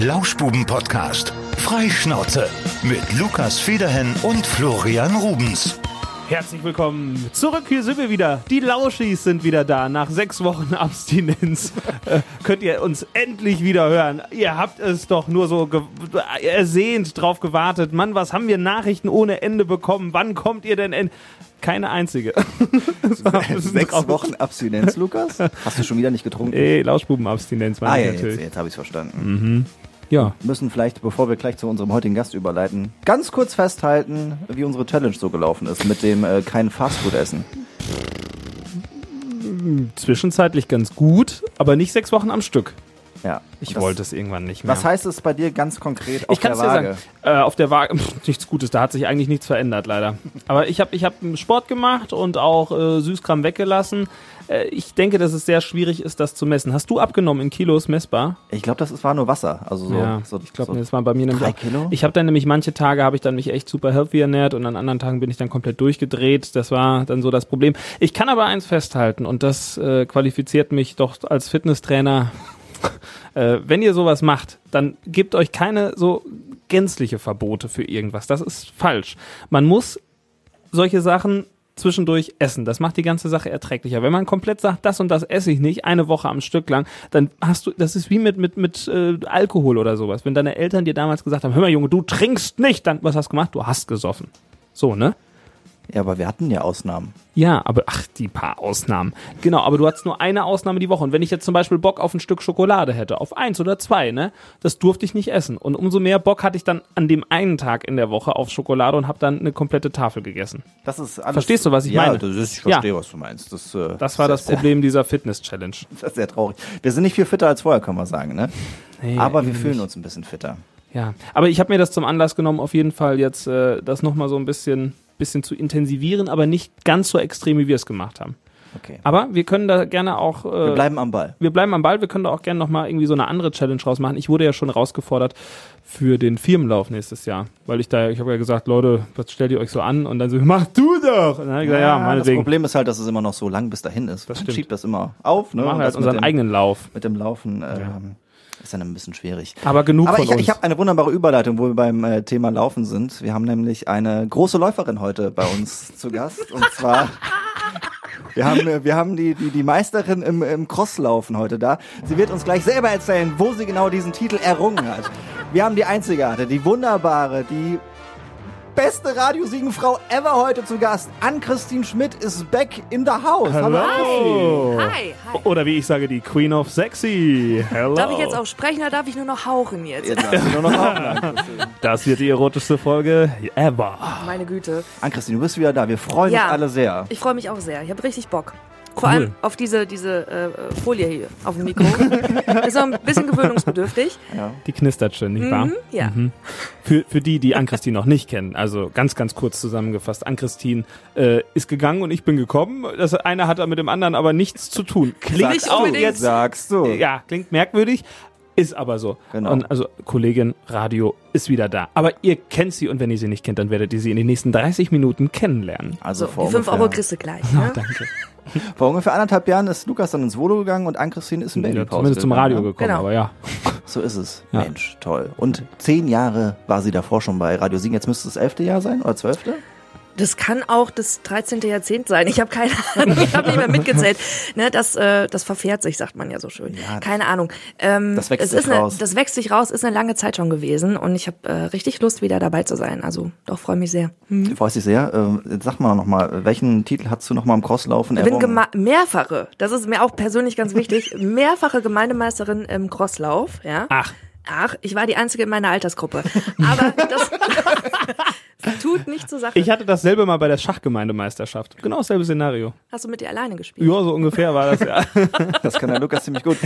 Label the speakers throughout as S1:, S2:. S1: Lauschbuben-Podcast. Freischnauze. Mit Lukas Federhen und Florian Rubens.
S2: Herzlich willkommen zurück. Hier sind wir wieder. Die Lauschis sind wieder da. Nach sechs Wochen Abstinenz äh, könnt ihr uns endlich wieder hören. Ihr habt es doch nur so ge- ersehnt drauf gewartet. Mann, was haben wir Nachrichten ohne Ende bekommen? Wann kommt ihr denn end? Keine einzige.
S3: Sechs Wochen Abstinenz, Lukas? Hast du schon wieder nicht getrunken?
S2: Ey, Lauschbuben-Abstinenz meine
S3: ah
S2: ich
S3: ja,
S2: natürlich. Mhm.
S3: jetzt, jetzt habe ich es verstanden.
S2: Ja.
S3: Müssen vielleicht, bevor wir gleich zu unserem heutigen Gast überleiten, ganz kurz festhalten, wie unsere Challenge so gelaufen ist mit dem äh, kein Fastfood essen.
S2: Zwischenzeitlich ganz gut, aber nicht sechs Wochen am Stück.
S3: Ja.
S2: Ich
S3: das,
S2: wollte es irgendwann nicht mehr.
S3: Was heißt es bei dir ganz konkret auf
S2: ich kann
S3: der
S2: es dir
S3: Waage?
S2: sagen, äh, auf der Waage pff, nichts Gutes, da hat sich eigentlich nichts verändert, leider. Aber ich habe ich hab Sport gemacht und auch äh, Süßkram weggelassen. Äh, ich denke, dass es sehr schwierig ist, das zu messen. Hast du abgenommen in Kilos messbar?
S3: Ich glaube, das ist, war nur Wasser. Also so,
S2: ja,
S3: so
S2: ich glaube,
S3: so
S2: das war bei mir nämlich
S3: drei
S2: auch-
S3: Kilo?
S2: Ich habe dann nämlich manche Tage habe ich dann mich echt super healthy ernährt und an anderen Tagen bin ich dann komplett durchgedreht. Das war dann so das Problem. Ich kann aber eins festhalten und das äh, qualifiziert mich doch als Fitnesstrainer. äh, wenn ihr sowas macht, dann gebt euch keine so gänzliche Verbote für irgendwas. Das ist falsch. Man muss solche Sachen zwischendurch essen. Das macht die ganze Sache erträglicher. Wenn man komplett sagt, das und das esse ich nicht, eine Woche am Stück lang, dann hast du, das ist wie mit, mit, mit äh, Alkohol oder sowas. Wenn deine Eltern dir damals gesagt haben, hör mal Junge, du trinkst nicht, dann, was hast du gemacht? Du hast gesoffen. So, ne?
S3: ja, aber wir hatten ja Ausnahmen.
S2: Ja, aber ach, die paar Ausnahmen. Genau, aber du hattest nur eine Ausnahme die Woche. Und wenn ich jetzt zum Beispiel Bock auf ein Stück Schokolade hätte, auf eins oder zwei, ne, das durfte ich nicht essen. Und umso mehr Bock hatte ich dann an dem einen Tag in der Woche auf Schokolade und habe dann eine komplette Tafel gegessen.
S3: Das ist alles,
S2: Verstehst du, was ich meine?
S3: Ja, das ist, ich
S2: Ja.
S3: verstehe, was du meinst. Das, äh,
S2: Das war
S3: ist ja
S2: das Problem dieser Fitness-Challenge.
S3: Das ist sehr traurig. Wir sind nicht viel fitter als vorher, kann man sagen, ne?
S2: Nee,
S3: Aber wir
S2: eben
S3: fühlen
S2: nicht.
S3: uns ein bisschen fitter.
S2: Ja, aber ich habe mir das zum Anlass genommen, auf jeden Fall jetzt äh, das nochmal so ein bisschen, bisschen zu intensivieren, aber nicht ganz so extrem, wie wir es gemacht haben.
S3: Okay.
S2: Aber wir können da gerne auch. Äh,
S3: Wir bleiben am Ball.
S2: wir bleiben am Ball, wir können da auch gerne nochmal irgendwie so eine andere Challenge rausmachen. Ich wurde ja schon rausgefordert für den Firmenlauf nächstes Jahr, weil ich da, ich habe ja gesagt, Leute, was stellt ihr euch so an? Und dann so, mach du doch! Und dann hab ich gesagt, ja,
S3: das
S2: meinetwegen.
S3: Problem ist halt, dass es immer noch so lang bis dahin ist. Man
S2: stimmt.
S3: schiebt das immer auf. Ne?
S2: Wir machen
S3: Und
S2: halt
S3: das mit
S2: unseren
S3: dem,
S2: eigenen Lauf.
S3: Mit dem Laufen ähm, ist dann ein bisschen schwierig.
S2: Aber genug
S3: Aber
S2: von
S3: ich,
S2: uns.
S3: ich habe eine wunderbare Überleitung, wo wir beim äh, Thema Laufen sind. Wir haben nämlich eine große Läuferin heute bei uns zu Gast. Und zwar. Wir haben, äh, wir haben die, die, die Meisterin im, im Crosslaufen heute da. Sie wird uns gleich selber erzählen, wo sie genau diesen Titel errungen hat. Wir haben die einzigartige, die wunderbare, die beste Radiosiegenfrau ever heute zu Gast. Ann-Christine Schmidt ist back in the house. Hallo.
S2: Hello.
S4: Hi, hi.
S2: Oder wie ich sage, die Queen of Sexy. Hello.
S4: Darf ich jetzt auch sprechen oder darf ich nur noch hauchen jetzt?
S3: Jetzt hast du nur noch auf.
S2: Das wird die erotischste Folge ever.
S4: Meine Güte.
S3: Ann-Christine, du bist wieder da. Wir freuen
S4: Ja.
S3: uns alle sehr.
S4: Ich freue mich auch sehr. Ich habe richtig Bock. Vor allem auf diese, diese äh, Folie hier auf dem Mikro. ist noch ein bisschen gewöhnungsbedürftig.
S2: Die knistert schön, nicht wahr?
S4: Mhm, ja.
S2: Für, für die, die Ann-Christine noch nicht kennen, also ganz, ganz kurz zusammengefasst. Ann-Christine äh, ist gegangen und ich bin gekommen. Das eine hat da mit dem anderen aber nichts zu tun. Klingt
S4: Nicht
S2: auch
S4: unbedingt.
S2: jetzt,
S3: Sagst du.
S2: ja, klingt merkwürdig, ist aber so.
S3: Genau.
S2: Und also Kollegin Radio ist wieder da. Aber ihr kennt sie und wenn ihr sie nicht kennt, dann werdet ihr sie in den nächsten 30 Minuten kennenlernen.
S3: Also
S4: So,
S3: vor,
S4: die 5
S3: ungefähr,
S4: Euro kriegst du gleich. Ne?
S2: Danke.
S3: vor ungefähr anderthalb Jahren ist Lukas dann ins Volo gegangen und Ann-Christine ist in
S2: Ja,
S3: Babypause.
S2: zumindest zum
S3: gegangen,
S2: Radio
S3: ne?
S2: gekommen,
S4: Genau.
S2: aber ja.
S3: So ist es.
S2: Ja.
S3: Mensch, toll. Und zehn Jahre war sie davor schon bei Radio Siegen. Jetzt müsste es das elfte Jahr sein oder zwölfte?
S4: Das kann auch das 13. Jahrzehnt sein. Ich habe keine Ahnung. Ich habe nicht mehr mitgezählt. Ne, das, äh, das verfährt sich, sagt man ja so schön.
S3: Ja.
S4: keine Ahnung. Ähm,
S3: Das wächst
S4: es ist
S3: sich
S4: eine,
S3: raus.
S4: Das wächst sich raus, ist eine lange Zeit schon gewesen. Und ich habe äh, richtig Lust, wieder dabei zu sein. Also doch, freue mich sehr.
S3: Ich Freust dich sehr. Ähm, jetzt sag mal nochmal, welchen Titel hast du nochmal im Crosslaufen
S2: Äh,
S4: Ich bin
S3: errungen?
S4: gema- mehrfache, das ist mir auch persönlich ganz wichtig, mehrfache Gemeindemeisterin im Crosslauf, ja.
S2: Ach.
S4: Ach, ich war die einzige in meiner Altersgruppe. Aber das tut nicht zur Sache.
S2: Ich hatte dasselbe mal bei der Schachgemeindemeisterschaft. Genau dasselbe Szenario.
S4: Hast du mit dir alleine gespielt?
S2: Ja, so ungefähr war das ja.
S3: Das kann der Lukas ziemlich gut.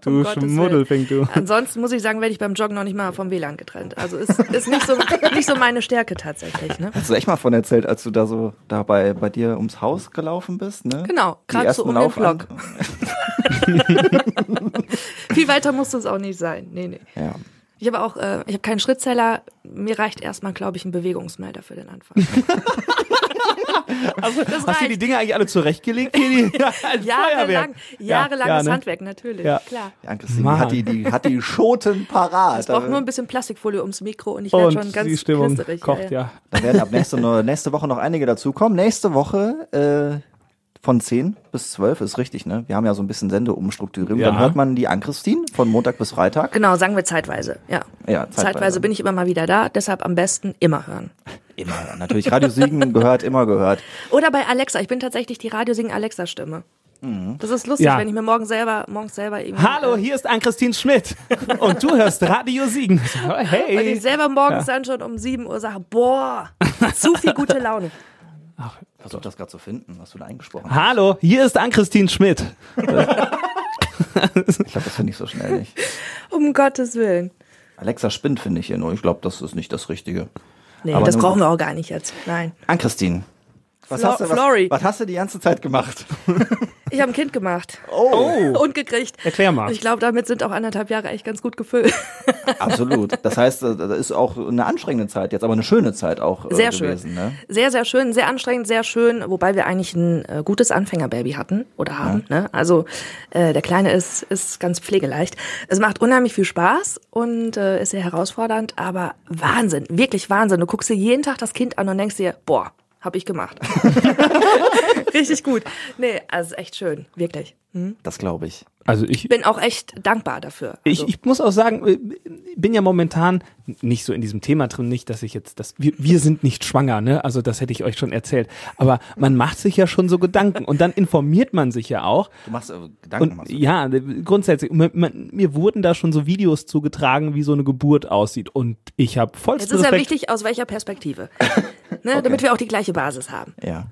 S2: Du
S4: Um Gottes
S2: Schmuddelfink, du.
S4: Ansonsten muss ich sagen, werde ich beim Joggen noch nicht mal vom WLAN getrennt. Also ist, ist nicht, so, nicht so meine Stärke tatsächlich. Ne?
S3: Hast du echt mal von erzählt, als du da so da bei, bei dir ums Haus gelaufen bist, ne?
S4: Genau,
S3: Die
S4: gerade so
S3: ersten
S4: um den
S3: Laufan-
S4: Block. Viel weiter muss es auch nicht sein. Nee, nee.
S3: Ja.
S4: Ich habe auch, äh, ich habe keinen Schrittzähler. Mir reicht erstmal, glaube ich, ein Bewegungsmelder für den Anfang.
S2: Also,
S4: Das
S2: hast du
S4: reicht.
S2: die Dinge eigentlich alle zurechtgelegt? Hier, die, als
S4: Jahrelang,
S2: Feuerwerk.
S4: jahrelanges
S2: ne?
S4: Handwerk, natürlich,
S2: Ja.
S4: klar.
S3: Die Ann-Christine
S2: Mann.
S3: hat die, die, hat die Schoten parat.
S4: Ich brauche nur
S3: Da,
S4: ein bisschen Plastikfolie ums Mikro und ich werde
S2: Und
S4: schon ganz
S2: die Stimmung
S4: knisterig.
S2: kocht, ja.
S3: da werden ab nächste, nächste Woche noch einige dazukommen. Nächste Woche äh, von 10 bis 12 ist richtig, ne? Wir haben ja so ein bisschen Sendeumstrukturierung.
S2: Ja.
S3: Dann hört man die Ann-Christine von Montag bis Freitag.
S4: Genau, sagen wir zeitweise. Ja.
S3: Ja,
S4: zeitweise. bin ich immer mal wieder da, deshalb am besten immer hören.
S3: Immer, natürlich. Radio Siegen gehört, immer gehört.
S4: Oder bei Alexa, ich bin tatsächlich die Radiosingen Alexa Stimme.
S3: Mhm.
S4: Das ist lustig,
S2: Ja.
S4: wenn ich mir morgen selber morgens selber irgendwie äh,
S2: Hallo, hier ist Ann-Christine Schmidt. Und du hörst Radio Siegen.
S4: wenn ich
S2: Hey.
S4: selber morgens dann schon um 7 Uhr sage, boah, zu viel gute Laune.
S3: Versuch das gerade zu finden, was du da eingesprochen hast.
S2: Hallo, hier ist Ann-Christine Schmidt.
S3: Ich glaube, das finde ich so schnell nicht.
S4: Um Gottes Willen.
S3: Alexa spinnt, finde ich hier nur. Ich glaube, das ist nicht das Richtige.
S4: Nee,
S3: Aber
S4: das
S3: nun-
S4: brauchen wir auch gar nicht jetzt. Nein.
S3: Ann-Christine. Was,
S4: Flo-
S3: hast du- was,
S4: Flori.
S3: was hast du die ganze Zeit gemacht?
S4: Ich habe ein Kind gemacht
S2: Oh.
S4: und gekriegt.
S2: Erklär mal.
S4: Ich glaube, damit sind auch anderthalb Jahre echt ganz gut gefüllt.
S3: Absolut. Das heißt, äh, das ist auch eine anstrengende Zeit jetzt, aber eine schöne Zeit auch äh,
S4: Sehr
S3: gewesen.
S4: schön.
S3: Ne?
S4: Sehr, sehr schön, sehr anstrengend, sehr schön, wobei wir eigentlich ein äh, gutes Anfängerbaby hatten oder haben. Ne? Also äh, der Kleine ist, ist ganz pflegeleicht. Es macht unheimlich viel Spaß und äh, ist sehr herausfordernd, aber Wahnsinn, wirklich Wahnsinn. Du guckst dir jeden Tag das Kind an und denkst dir, boah, hab ich gemacht. Richtig gut. Nee, also echt schön, wirklich.
S3: Das glaube ich.
S2: Also ich,
S4: Bin auch echt dankbar dafür.
S2: Ich,
S4: Also,
S2: ich muss auch sagen, äh, bin ja momentan nicht so in diesem Thema drin, nicht, dass ich jetzt, dass wir, wir sind nicht schwanger, ne? Also das hätte ich euch schon erzählt. Aber man macht sich ja schon so Gedanken und dann informiert man sich ja auch.
S3: Du machst äh, Gedanken.
S2: Und
S3: machst du.
S2: ja, äh, grundsätzlich, man, man, mir wurden da schon so Videos zugetragen, wie so eine Geburt aussieht. Und ich habe
S4: Jetzt
S2: vollsten
S4: ist ja
S2: Respekt.
S4: wichtig, aus welcher Perspektive. Ne, Damit wir auch die gleiche Basis haben.
S3: ja.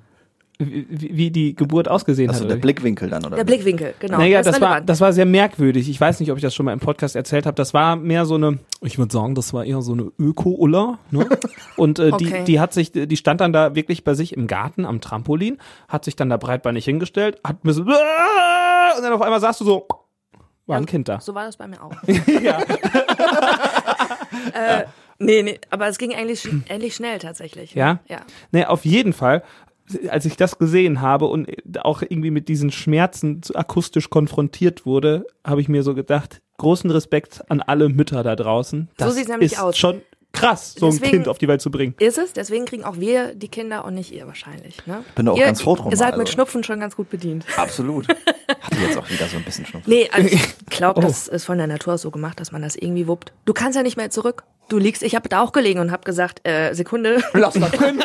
S2: wie, wie die Geburt ausgesehen hat.
S3: Also der
S2: oder wie?
S3: Blickwinkel dann, oder?
S4: Der
S3: wie?
S4: Blickwinkel, genau.
S2: Naja,
S4: Das ist
S2: das war,
S4: relevant.
S2: das war sehr merkwürdig. Ich weiß nicht, ob ich das schon mal im Podcast erzählt habe. Das war mehr so eine, ich würde sagen, das war eher so eine Öko-Ulla. Ne? Und äh,
S4: Okay.
S2: die, die hat sich, die stand dann da wirklich bei sich im Garten am Trampolin, hat sich dann da breitbeinig hingestellt, hat müssen und dann auf einmal sagst du so, war ein Kind da.
S4: So war das bei mir auch. äh, nee, nee, aber es ging eigentlich, sch ähnlich schnell tatsächlich.
S2: Ja?
S4: Ja.
S2: Nee, Ne, auf jeden Fall, als ich das gesehen habe und auch irgendwie mit diesen Schmerzen zu- akustisch konfrontiert wurde, habe ich mir so gedacht, großen Respekt an alle Mütter da draußen.
S4: So
S2: Das
S4: sieht's nämlich
S2: ist
S4: aus.
S2: schon krass, so ein
S4: Deswegen-
S2: Kind auf die Welt zu bringen.
S4: Ist es, deswegen kriegen auch wir die Kinder und nicht ihr wahrscheinlich. Ne?
S3: Bin da auch
S4: ihr,
S3: ganz froh drum,
S4: Ihr seid
S3: also.
S4: mit Schnupfen schon ganz gut bedient.
S3: Absolut. Hatte jetzt auch wieder so ein bisschen Schnupfen.
S4: Nee, also ich
S2: Oh.
S4: glaube, das ist von der Natur aus so gemacht, dass man das irgendwie wuppt. Du kannst ja nicht mehr zurück. Du liegst, ich habe da auch gelegen und habe gesagt, äh, Sekunde,
S3: Lass das drin.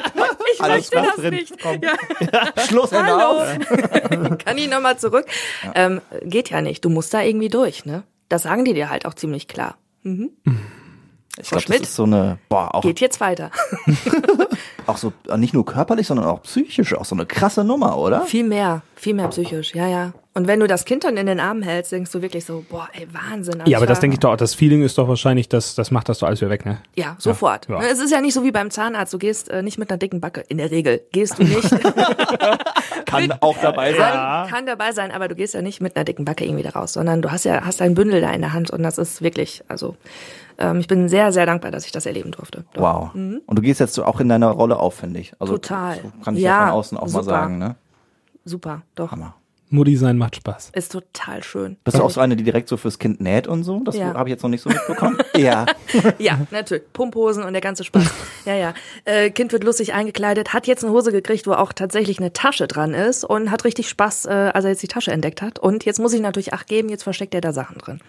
S4: ich
S3: Alles
S4: möchte
S3: klar,
S4: das
S2: drin.
S4: nicht.
S2: Komm.
S4: Ja.
S3: Schluss, genau. Hände
S4: Hallo.
S2: Genau.
S3: auf.
S4: Kann ich nochmal zurück? Ähm, geht ja nicht. Du musst da irgendwie durch, ne? Das sagen die dir halt auch ziemlich klar.
S3: Ich
S4: Frau
S3: glaube, das
S4: Schmidt?
S3: ist so eine, boah, auch,
S4: Geht jetzt weiter.
S3: auch so, äh, nicht nur körperlich, sondern auch psychisch, auch so eine krasse Nummer, oder?
S4: Viel mehr, viel mehr psychisch, ja, ja. Und wenn du das Kind dann in den Armen hältst, denkst du wirklich so, boah, ey, Wahnsinn.
S2: Ja, aber das denke ich doch, auch, das Feeling ist doch wahrscheinlich, das, das macht das doch alles wieder weg, ne?
S4: Ja, sofort.
S2: Ja.
S4: Ne, Es ist ja nicht so wie beim Zahnarzt, du gehst äh, nicht mit einer dicken Backe. In der Regel gehst du nicht.
S3: Kann auch dabei
S4: kann, kann dabei sein, aber du gehst ja nicht mit einer dicken Backe irgendwie da raus, sondern du hast ja hast ein Bündel da in der Hand und das ist wirklich, also ähm, ich bin sehr, sehr dankbar, dass ich das erleben durfte. Doch.
S3: Wow. Und du gehst jetzt so auch in deiner Rolle auf, finde ich. Also,
S4: Mhm. Total.
S3: So kann ich ja,
S4: Ja,
S3: von außen auch mal
S4: super.
S3: sagen, ne?
S4: Super, doch.
S3: Hammer.
S2: Mutti sein macht Spaß.
S4: Ist total schön.
S3: Bist du auch so eine, die direkt so fürs Kind näht und so? Das
S4: Ja.
S3: habe ich jetzt noch nicht so mitbekommen. ja.
S4: Ja, natürlich. Pumphosen und der ganze Spaß. Ja, ja. Äh, kind wird lustig eingekleidet, hat jetzt eine Hose gekriegt, wo auch tatsächlich eine Tasche dran ist und hat richtig Spaß, äh, als er jetzt die Tasche entdeckt hat. Und jetzt muss ich natürlich Acht geben, jetzt versteckt er da Sachen drin.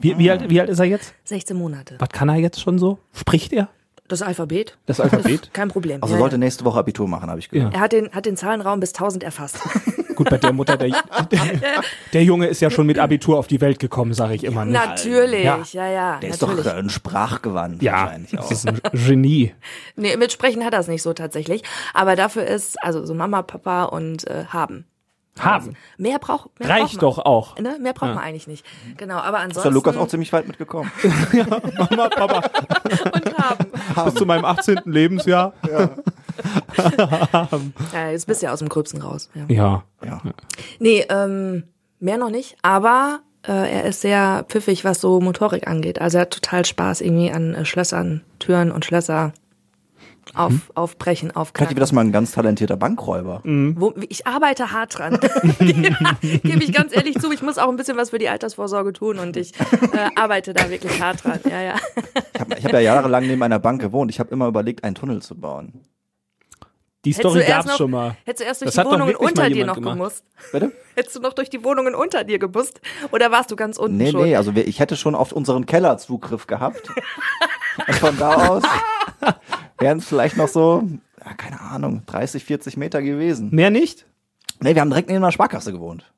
S2: Wie, wie, alt, wie alt ist er jetzt?
S4: 16 Monate.
S2: Was kann er jetzt schon so? Spricht er?
S4: Das Alphabet?
S2: Das Alphabet?
S4: Kein Problem.
S3: Also
S4: ja,
S3: sollte
S4: ja.
S3: nächste Woche Abitur machen, habe ich gehört.
S4: Er hat den, hat den Zahlenraum bis 1000 erfasst.
S2: Gut, bei der Mutter, der, der, der Junge ist ja schon mit Abitur auf die Welt gekommen, sage ich immer. Ne?
S4: natürlich,
S2: Ja.
S4: ja, ja.
S3: Der ist
S4: natürlich.
S3: doch äh, ein Sprachgewand
S2: Ja,
S3: wahrscheinlich auch.
S2: das ist ein Genie.
S4: Nee, mit Sprechen hat er es nicht so tatsächlich. Aber dafür ist, also so Mama, Papa und äh, haben. Also,
S2: Haben.
S4: Mehr braucht mehr braucht
S2: Reicht
S4: man.
S2: doch auch.
S4: Ne? Mehr braucht man eigentlich nicht. Genau, aber ansonsten.
S3: Ist der Lukas auch ziemlich weit mitgekommen.
S2: Mama, Papa,
S4: und haben.
S2: bis zu meinem 18. Lebensjahr.
S4: Ja, jetzt bist du ja aus dem Gröbsten raus. Ja.
S2: Ja.
S3: Ja.
S4: Nee, ähm, mehr noch nicht, aber äh, er ist sehr pfiffig, was so Motorik angeht. Also er hat total Spaß irgendwie an äh, Schlössern, Türen und Schlösser. auf,
S2: Mhm.
S4: aufbrechen,
S3: Vielleicht
S4: aufknacken.
S3: wird das mal ein ganz talentierter Bankräuber.
S4: Wo, ich arbeite hart dran. ja, Gebe ich ganz ehrlich zu, ich muss auch ein bisschen was für die Altersvorsorge tun und ich äh, arbeite da wirklich hart dran. Ja, ja.
S3: Ich habe ich hab ja jahrelang neben einer Bank gewohnt. Ich habe immer überlegt, einen Tunnel zu bauen.
S2: Die Story
S4: erst
S2: gab's
S4: noch-
S2: schon mal.
S4: Hättest du erst durch
S2: Das hat
S4: die
S2: doch
S4: Wohnungen
S2: wirklich mal
S4: unter dir
S2: jemand
S4: noch
S2: gemacht.
S4: gemusst?
S3: Bitte?
S4: Hättest du noch durch die Wohnungen unter dir gemusst? Oder warst du ganz unten
S3: Nee,
S4: schon?
S3: nee, also wir- ich hätte schon auf unseren Keller Zugriff gehabt. Und von da aus wären es vielleicht noch so, ja, keine Ahnung, 30, 40 Meter gewesen.
S2: Mehr nicht?
S3: Nee, wir haben direkt neben einer Sparkasse gewohnt.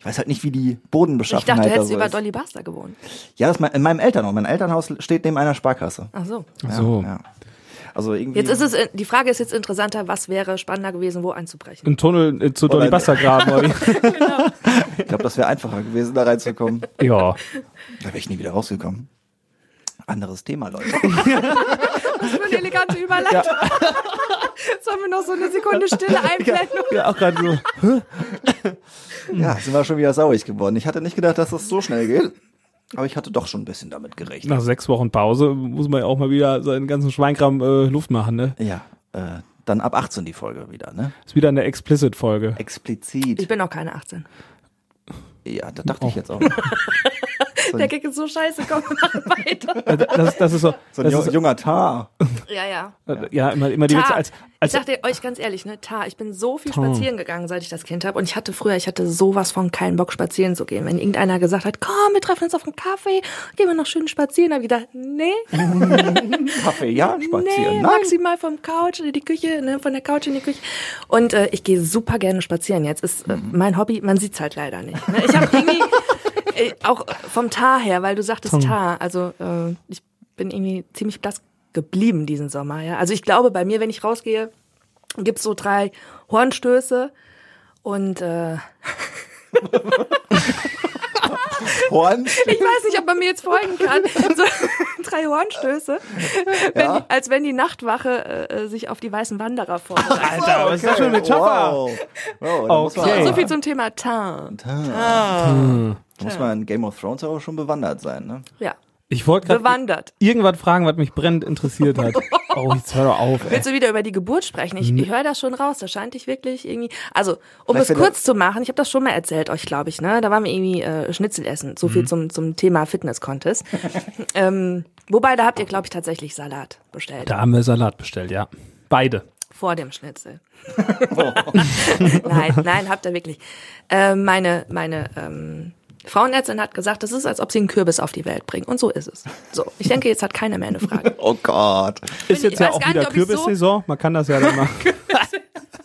S3: Ich weiß halt nicht, wie die
S4: ich dachte,
S3: Bodenbeschaffenheit
S4: du hättest
S3: da
S4: über
S3: so ist.
S4: Dolly Buster gewohnt.
S3: Ja, das ist mein, in meinem Elternhaus. Mein Elternhaus steht neben einer Sparkasse.
S4: Ach so.
S2: Ach so.
S3: Ja, ja. Also irgendwie.
S4: Jetzt ist es, äh, die Frage ist jetzt interessanter, was wäre spannender gewesen, wo einzubrechen?
S2: Im Tunnel äh, zu Dolly
S3: Oder-
S2: Buster graben. oder wie?
S3: Ich glaube, das wäre einfacher gewesen, da reinzukommen.
S2: ja.
S3: Da wäre ich nie wieder rausgekommen. Anderes Thema, Leute.
S4: Was für eine elegante Überleitung. Sollen wir noch so eine Sekunde Stille einblenden?
S2: ja, auch gerade so.
S3: Ja, sind wir schon wieder saurig geworden. Ich hatte nicht gedacht, dass das so schnell geht. Aber ich hatte doch schon ein bisschen damit gerechnet.
S2: Nach sechs Wochen Pause muss man ja auch mal wieder seinen ganzen Schweinkram äh, Luft machen, ne?
S3: Ja, äh, dann ab 18 die Folge wieder, ne?
S2: Ist wieder eine Explicit-Folge.
S4: Ich
S3: Explizit.
S4: bin auch keine 18.
S3: Ja, da dachte
S2: Oh.
S3: ich jetzt auch. So
S4: Der
S3: ein,
S4: Gag ist so scheiße, komm mal weiter.
S2: Äh, Das, das ist so.
S3: so ein
S2: das
S3: ju-
S2: ist,
S3: junger Tar.
S4: Ja, ja.
S2: äh, ja, immer, immer die Witze
S4: Ta.
S2: als. als
S4: ich dachte euch ganz ehrlich, ne, Ta, ich bin so viel spazieren gegangen, seit ich das Kind habe. Und ich hatte früher, ich hatte sowas von keinen Bock, spazieren zu gehen. Wenn irgendeiner gesagt hat, komm, wir treffen uns auf einen Kaffee, gehen wir noch schön spazieren, habe ich gedacht, nee,
S3: Kaffee, ja, spazieren.
S4: nee,
S3: nein.
S4: maximal vom Couch in die Küche, ne, von der Couch in die Küche. Und äh, ich gehe super gerne spazieren. Jetzt ist äh, mein Hobby, man sieht's halt leider nicht. Ne? Ich habe irgendwie äh, auch vom Tar her, weil du sagtest Tar, also äh, ich bin irgendwie ziemlich blass geblieben diesen Sommer. Ja? Also ich glaube, bei mir, wenn ich rausgehe, gibt's so drei Hornstöße und äh,
S3: Horn.
S4: Ich weiß nicht, ob man mir jetzt folgen kann. So drei Hornstöße, wenn,
S3: Ja.
S4: die- als wenn die Nachtwache äh, sich auf die weißen Wanderer vorbereitet.
S2: Alter, was ist das für eine Metapher?
S3: Wow. wow da muss man- also
S2: Okay.
S4: So viel zum Thema Teint.
S3: Da muss man in Game of Thrones aber schon bewandert sein, ne?
S4: Ja,
S2: Ich wollte gerade
S4: bewandert.
S2: irgendwas fragen, was mich brennend interessiert hat. Oh, jetzt hör doch auf, ey.
S4: Willst du wieder über die Geburt sprechen? Ich, ich höre das schon raus. Da scheint ich wirklich irgendwie. Also, um
S3: Vielleicht
S4: es
S3: wenn
S4: kurz zu machen, ich habe das schon mal erzählt euch, glaube ich, ne? Da waren wir irgendwie äh, Schnitzel essen. So viel zum, zum Thema Fitness-Contest. ähm, wobei, da habt ihr, glaube ich, tatsächlich Salat bestellt.
S2: Da haben wir Salat bestellt, ja. Beide.
S4: Vor dem Schnitzel. nein, nein, habt ihr wirklich. Äh, meine meine ähm, Frauenärztin hat gesagt, das ist, als ob sie einen Kürbis auf die Welt bringen. Und so ist es. So, ich denke, jetzt hat keiner mehr eine Frage.
S3: Oh Gott.
S2: Ist jetzt
S4: ich
S2: ja
S4: weiß
S2: auch
S4: gar nicht,
S2: wieder
S4: ob ich so-
S2: Kürbissaison. Man kann das ja dann machen.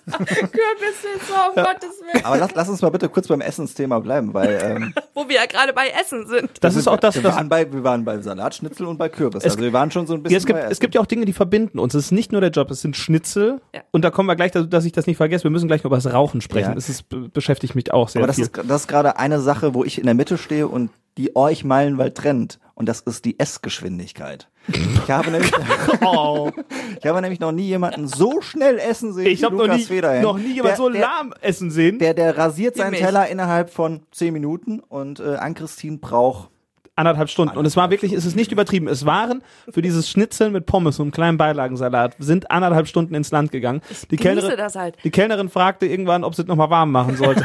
S4: Kürbis ist so, um Gottes Willen.
S3: Aber lass, lass uns mal bitte kurz beim Essensthema bleiben, weil ähm,
S4: Wo wir ja gerade bei Essen sind.
S2: Das ist auch das,
S3: wir,
S2: das
S3: waren bei, wir waren bei Salatschnitzel und bei Kürbis. also wir waren schon so ein bisschen
S2: Ja, es, gibt,
S3: bei
S2: es
S3: Essen.
S2: gibt ja auch Dinge, die verbinden uns. Es ist nicht nur der Job, es sind Schnitzel.
S4: Ja.
S2: Und da kommen wir gleich, dass dass ich das nicht vergesse. Wir müssen gleich noch über das Rauchen sprechen.
S3: Ja.
S2: Es ist, be- beschäftigt mich auch sehr
S3: Aber das
S2: viel.
S3: ist, das ist gerade eine Sache, wo ich in der Mitte stehe und die euch meilenweit trennt. Und das ist die Essgeschwindigkeit. Ich habe nämlich,
S2: oh.
S3: ich habe nämlich noch nie jemanden so schnell essen sehen
S2: Ich
S3: wie
S2: habe noch
S3: Lukas
S2: nie,
S3: Federhen.
S2: noch nie jemand
S3: der,
S2: so
S3: der,
S2: lahm essen sehen.
S3: der, der rasiert seinen
S4: mich.
S3: Teller innerhalb von zehn Minuten und äh, Ann-Christine braucht
S2: Anderthalb Stunden. Und es war wirklich, es ist nicht übertrieben. Es waren für dieses Schnitzel mit Pommes und einem kleinen Beilagensalat sind anderthalb Stunden ins Land gegangen. Die
S4: genieße
S2: Kellnerin,
S4: das halt.
S2: die Kellnerin fragte irgendwann, ob sie es nochmal warm machen sollte.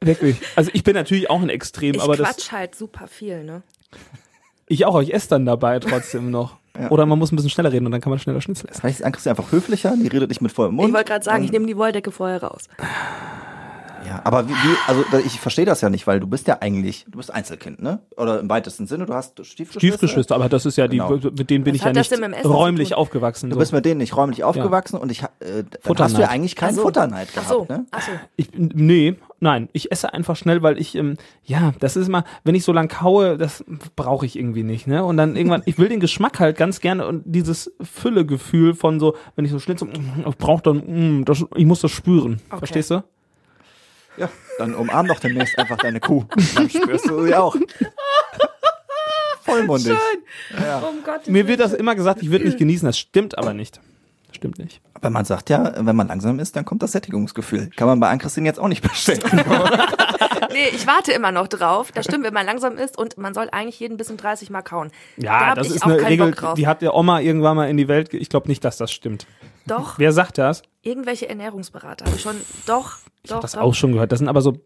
S2: wirklich. Also ich bin natürlich auch ein Extrem,
S4: Ich
S2: aber das.
S4: quatsch halt super viel, ne?
S2: Ich auch, ich esse dann dabei trotzdem noch. Oder man muss ein bisschen schneller reden und dann kann man schneller Schnitzel essen.
S3: Vielleicht ist Ann-Christine einfach höflicher, die redet nicht mit vollem Mund.
S4: ich wollte gerade sagen,
S2: Mhm.
S4: ich nehme die Wolldecke vorher raus.
S3: Ja, aber wie, wie also da- ich verstehe das ja nicht, weil du bist ja eigentlich, du bist Einzelkind, ne? Oder im weitesten Sinne, du hast Stiefgeschwister.
S2: Stiefgeschwister, aber das ist ja die,
S3: Genau.
S2: mit denen bin
S4: Was
S2: ich ja
S4: hat das
S2: nicht
S4: denn mit dem Essen zu
S2: räumlich
S4: tun?
S2: aufgewachsen.
S3: Du
S2: so.
S3: bist mit denen nicht räumlich aufgewachsen und ich ha- äh, dann hast du ja
S2: Futterneid.
S3: eigentlich keinen
S4: Ach so.
S2: halt
S3: Futternheit
S4: Ach
S3: gehabt,
S4: so,
S3: ne?
S4: ach so.
S2: Ich, nee, nein, ich esse einfach schnell, weil ich, ähm, ja, das ist immer, wenn ich so lang kaue, das brauche ich irgendwie nicht, ne? Und dann irgendwann, ich will den Geschmack halt ganz gerne und dieses Füllegefühl von so, wenn ich so schnitze, mm, ich brauche dann, mm, das, ich muss das spüren.
S4: Okay.
S2: Verstehst du?
S3: Ja, dann umarm doch demnächst einfach deine Kuh. Dann spürst du sie auch. Vollmundig.
S4: Um Gottes
S2: Mir wird das immer gesagt, ich würde nicht genießen, das stimmt aber nicht. Stimmt nicht.
S3: Aber man sagt ja, wenn man langsam ist, dann kommt das Sättigungsgefühl. Kann man bei Ann-Christine jetzt auch nicht bestätigen.
S4: Nee, ich warte immer noch drauf. Das stimmt, wenn man langsam ist und man soll eigentlich jeden bis zum 30 Mal kauen. da
S2: Ja,
S4: hab
S2: das
S4: ich
S2: ist
S4: auch
S2: eine
S4: keinen
S2: Regel,
S4: Bock drauf.
S2: die hat der Oma irgendwann mal in die Welt. ge- Ich glaube nicht, dass das stimmt.
S4: Doch,
S2: Wer sagt das?
S4: irgendwelche Ernährungsberater. Habe ich schon, doch,
S2: Ich
S4: doch,
S2: habe das
S4: doch.
S2: auch schon gehört. Das sind aber so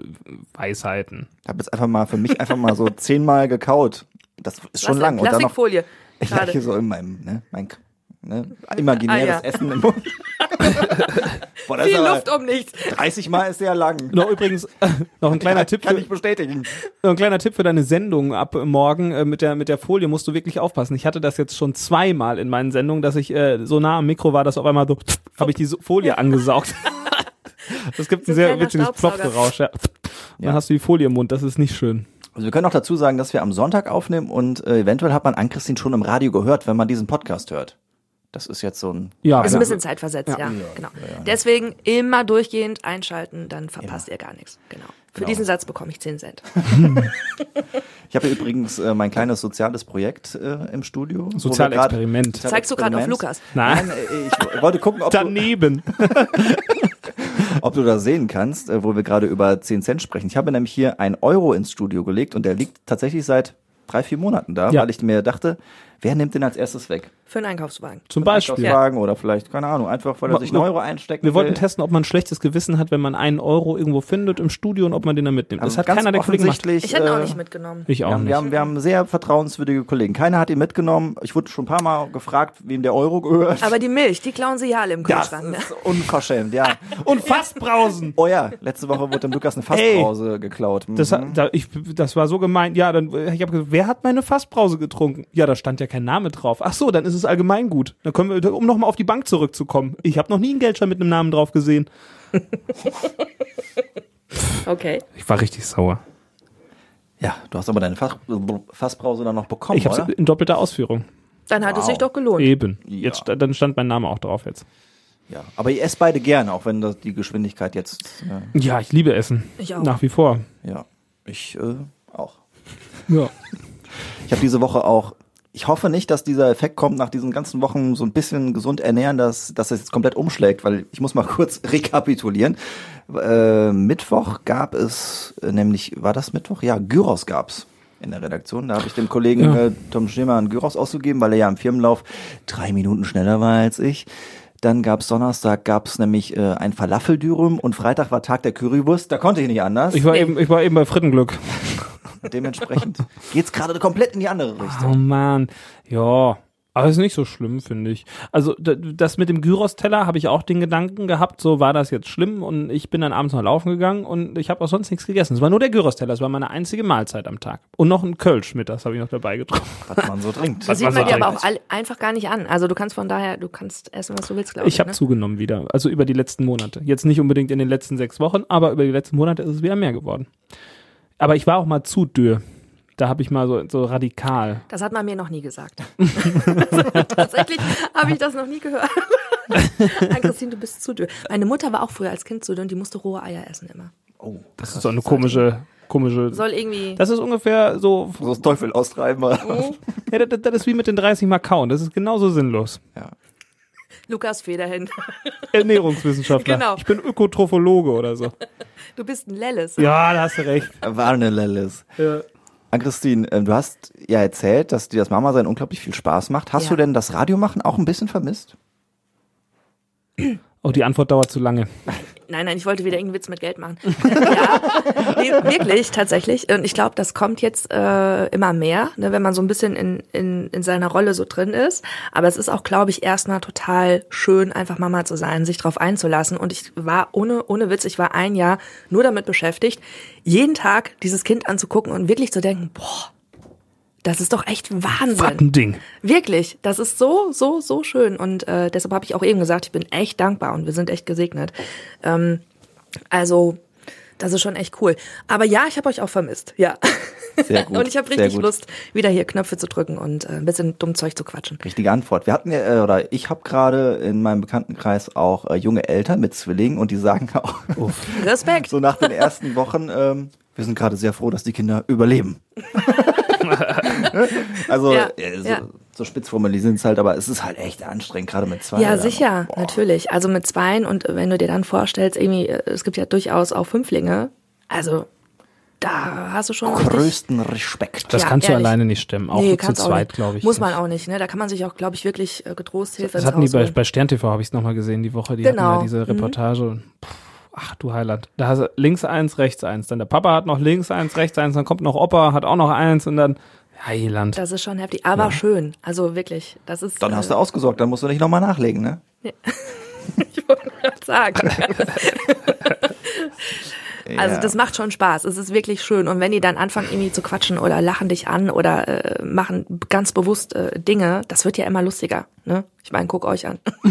S2: Pseudo-Weisheiten.
S3: Ich habe jetzt einfach mal für mich einfach mal so zehnmal gekaut. Das ist schon
S4: Was,
S3: lang. Und dann noch
S4: Plastikfolie.
S3: ich lag
S4: Schade.
S3: hier so in meinem, ne, mein ne, imaginäres
S4: Ah, ja.
S3: Essen im Mund. Boah, das
S4: Viel
S3: ist
S2: Also,
S3: aber-
S4: Luft um nichts.
S3: 30 Mal ist sehr lang.
S2: Noch übrigens noch ein kleiner Tipp
S3: Kann
S2: für,
S3: ich bestätigen.
S2: noch ein kleiner Tipp für deine Sendung ab morgen äh, mit der mit der Folie musst du wirklich aufpassen. Ich hatte das jetzt schon zweimal in meinen Sendungen, dass ich äh, so nah am Mikro war, dass auf einmal so habe ich die so- Folie angesaugt. Das gibt ein
S4: So ein
S2: sehr
S4: kleiner
S2: witziges
S4: Staubsauger.
S2: Plopgeräusch. Ja. Dann hast du die Folie im Mund, das ist nicht schön.
S3: Also wir können auch dazu sagen, dass wir am Sonntag aufnehmen und äh, eventuell hat man Ann-Christine schon im Radio gehört, wenn man diesen Podcast hört. Das ist jetzt so ein
S2: Ja,
S4: Ist
S2: ja.
S4: Also ein bisschen zeitversetzt, ja. genau. Deswegen immer durchgehend einschalten, dann verpasst ihr gar nichts. Genau. Für
S3: Genau.
S4: diesen Satz bekomme ich 10 Cent.
S3: Ich habe hier übrigens äh, mein kleines soziales Projekt äh, im Studio. wo wir
S2: Sozialexperiment.
S3: grad-
S4: Zeigst du gerade auf
S3: Experiment.
S4: Lukas.
S2: Nein,
S3: Äh, Ich wollte gucken, ob du,
S2: daneben.
S3: ob du das sehen kannst, äh, wo wir gerade über 10 Cent sprechen. Ich habe nämlich hier einen Euro ins Studio gelegt und der liegt tatsächlich seit drei, vier Monaten da,
S2: Ja.
S3: weil ich mir dachte, wer nimmt den als erstes weg?
S4: Für einen Einkaufswagen.
S2: Zum Beispiel.
S3: Fragen oder vielleicht, keine Ahnung, einfach weil er
S2: Ma-
S3: sich einen
S2: wir-
S3: Euro einstecken
S2: Wir wollten
S3: will.
S2: testen, ob man ein schlechtes Gewissen hat, wenn man einen Euro irgendwo findet im Studio und ob man den dann mitnimmt. Das
S3: Also
S2: hat
S3: ganz
S2: keiner der Kollegen gemacht.
S3: offensichtlich,
S4: Ich hätte ihn auch
S3: äh,
S4: nicht mitgenommen.
S2: Ich auch
S3: Wir haben, wir,
S2: nicht.
S3: haben, wir haben sehr vertrauenswürdige Kollegen. Keiner hat ihn mitgenommen. Ich wurde schon ein paar Mal gefragt, wem der Euro gehört.
S4: Aber die Milch, die klauen sie ja alle im
S3: das
S4: Kühlschrank. ne?
S3: ist unverschämt, ja.
S2: Und Fassbrausen.
S3: Oh ja, letzte Woche wurde dem Lukas eine Fassbrause geklaut. Mhm.
S2: Das, hat- da, ich, das war so gemeint. Ja, dann äh, ich habe gesagt, wer hat meine Fassbrause getrunken? Ja, da stand ja kein Name drauf. Ach so, dann ist es allgemeingut. Dann können wir, um nochmal auf die Bank zurückzukommen. Ich habe noch nie einen Geldschein mit einem Namen drauf gesehen.
S4: Okay.
S2: Ich war richtig sauer.
S3: ja, du hast aber deine Fass, Fassbrause dann noch bekommen,
S2: Ich habe
S3: oder?
S2: es in doppelter Ausführung.
S4: Dann hat
S3: Wow.
S4: es sich doch gelohnt.
S2: Eben.
S3: Ja.
S2: Jetzt, sta- dann stand mein Name auch drauf jetzt.
S3: Ja. Aber ihr esst beide gerne, auch wenn das die Geschwindigkeit jetzt, äh,
S2: Ja, ich liebe Essen.
S4: Ich auch.
S2: Nach wie vor.
S3: ja, ich äh, auch.
S2: Ja.
S3: Ich habe diese Woche auch, ich hoffe nicht, dass dieser Effekt kommt nach diesen ganzen Wochen so ein bisschen gesund ernähren, dass, dass es jetzt komplett umschlägt, weil ich muss mal kurz rekapitulieren. Äh, Mittwoch gab es, äh, nämlich, war das Mittwoch? Ja, Gyros gab's in der Redaktion. Da habe ich dem Kollegen
S2: Ja.
S3: äh, Tom Schirmer einen Gyros ausgegeben, weil er ja im Firmenlauf drei Minuten schneller war als ich. Dann gab's Donnerstag, gab's nämlich äh, ein Falafeldürüm und Freitag war Tag der Currywurst. Da konnte ich nicht anders.
S2: Ich war, eben, ich war eben bei Frittenglück.
S3: Dementsprechend geht's gerade komplett in die andere Richtung.
S2: Oh Mann, ja. Aber ist nicht so schlimm, finde ich. Also d- das mit dem Gyros-Teller habe ich auch den Gedanken gehabt, so war das jetzt schlimm und ich bin dann abends noch laufen gegangen und ich habe auch sonst nichts gegessen. Es war nur der Gyros-Teller, es war meine einzige Mahlzeit am Tag. Und noch ein Kölsch mit, das habe ich noch dabei getrunken.
S3: was man so trinkt.
S4: Das sieht
S2: was
S4: man dir
S2: soll
S4: aber auch all, einfach gar nicht an. Also du kannst von daher, du kannst essen, was du willst, glaube ich.
S2: Ich habe
S4: ne?
S2: zugenommen wieder, also über die letzten Monate. Jetzt nicht unbedingt in den letzten sechs Wochen, aber über die letzten Monate ist es wieder mehr geworden. Aber ich war auch mal zu dürr. Da habe ich mal so, so radikal.
S4: Das hat man mir noch nie gesagt. Tatsächlich habe ich das noch nie gehört. Nein, Christine, du bist zu dünn. Meine Mutter war auch früher als Kind zu dünn, die musste rohe Eier essen immer.
S3: Oh,
S2: Das ist halt so eine komische, komische.
S4: Soll irgendwie.
S2: Das ist ungefähr so
S3: so das Teufel austreiben.
S4: Mhm.
S2: Ja, das, das- das ist wie mit den 30 Mal kauen. Das ist genauso sinnlos.
S3: ja.
S4: Lukas Federhin.
S2: Ernährungswissenschaftler.
S4: Genau.
S2: Ich bin Ökotrophologe oder so.
S4: Du bist ein Lelles.
S2: Ja, da hast du recht.
S3: Warnelellis.
S2: Äh,
S3: Ann-Christine, ähm, du hast ja erzählt, dass dir das Mama-Sein unglaublich viel Spaß macht. Hast
S4: Ja.
S3: du denn das Radiomachen auch ein bisschen vermisst?
S2: Oh, die Antwort dauert zu lange.
S4: Nein, nein, ich wollte wieder irgendeinen Witz mit Geld machen. ja, nee, wirklich, tatsächlich. Und ich glaube, das kommt jetzt äh, immer mehr, ne, wenn man so ein bisschen in, in, in seiner Rolle so drin ist. Aber es ist auch, glaube ich, erstmal total schön, einfach Mama zu sein, sich drauf einzulassen. Und ich war ohne, ohne Witz, ich war ein Jahr nur damit beschäftigt, jeden Tag dieses Kind anzugucken und wirklich zu denken, boah, das ist doch echt Wahnsinn.
S2: Ein Ding.
S4: Wirklich, das ist so, so, so schön. Und äh, deshalb habe ich auch eben gesagt, ich bin echt dankbar und wir sind echt gesegnet. Ähm, also, das ist schon echt cool. Aber ja, ich habe euch auch vermisst. Ja.
S3: Sehr gut,
S4: und ich habe
S3: sehr
S4: richtig
S3: gut.
S4: Lust, wieder hier Knöpfe zu drücken und äh, ein bisschen dumm Zeug zu quatschen.
S3: Richtige Antwort. Wir hatten ja, äh, oder ich habe gerade in meinem Bekanntenkreis auch äh, junge Eltern mit Zwillingen und die sagen auch
S4: Respekt.
S3: so nach den ersten Wochen, ähm, wir sind gerade sehr froh, dass die Kinder überleben. also
S4: Ja,
S3: äh, so,
S4: ja.
S3: so spitz formulieren es halt, aber es ist halt echt anstrengend, gerade mit zwei.
S4: Ja,
S3: Eltern.
S4: sicher,
S3: Boah.
S4: äh, natürlich. Also mit zweien und wenn du dir dann vorstellst, irgendwie, äh, es gibt ja durchaus auch Fünflinge. Also, da hast du schon. richtig-
S3: Größten Respekt.
S2: Das
S4: Ja,
S2: kannst
S4: ehrlich.
S2: du alleine nicht stemmen, auch zu
S4: kannst auch
S2: zweit,
S4: nicht.
S2: glaube ich.
S4: Muss man auch nicht, ne? Da kann man sich auch, glaube ich, wirklich äh, getrost Hilfe
S2: Das
S4: ins
S2: hatten die
S4: Haus
S2: bei,
S4: holen.
S2: bei Stern TV, habe ich es nochmal gesehen, die Woche. Die hatten
S4: Genau.
S2: ja diese Reportage. und Pff, ach du Heiland. Da hast du links eins, rechts eins. Dann der Papa hat noch links eins, rechts eins. Dann kommt noch Opa, hat auch noch eins. Und dann Heiland.
S4: Das ist schon heftig, aber schön. Also wirklich, das ist.
S3: Dann hast du ausgesorgt, dann musst du nicht nochmal nachlegen, ne?
S4: Ich wollte gerade sagen. Also
S3: Ja.
S4: das macht schon Spaß. Es ist wirklich schön. Und wenn die dann anfangen, irgendwie zu quatschen oder lachen dich an oder äh, machen ganz bewusst äh, Dinge, das wird ja immer lustiger. Ne? Ich meine, guck euch an.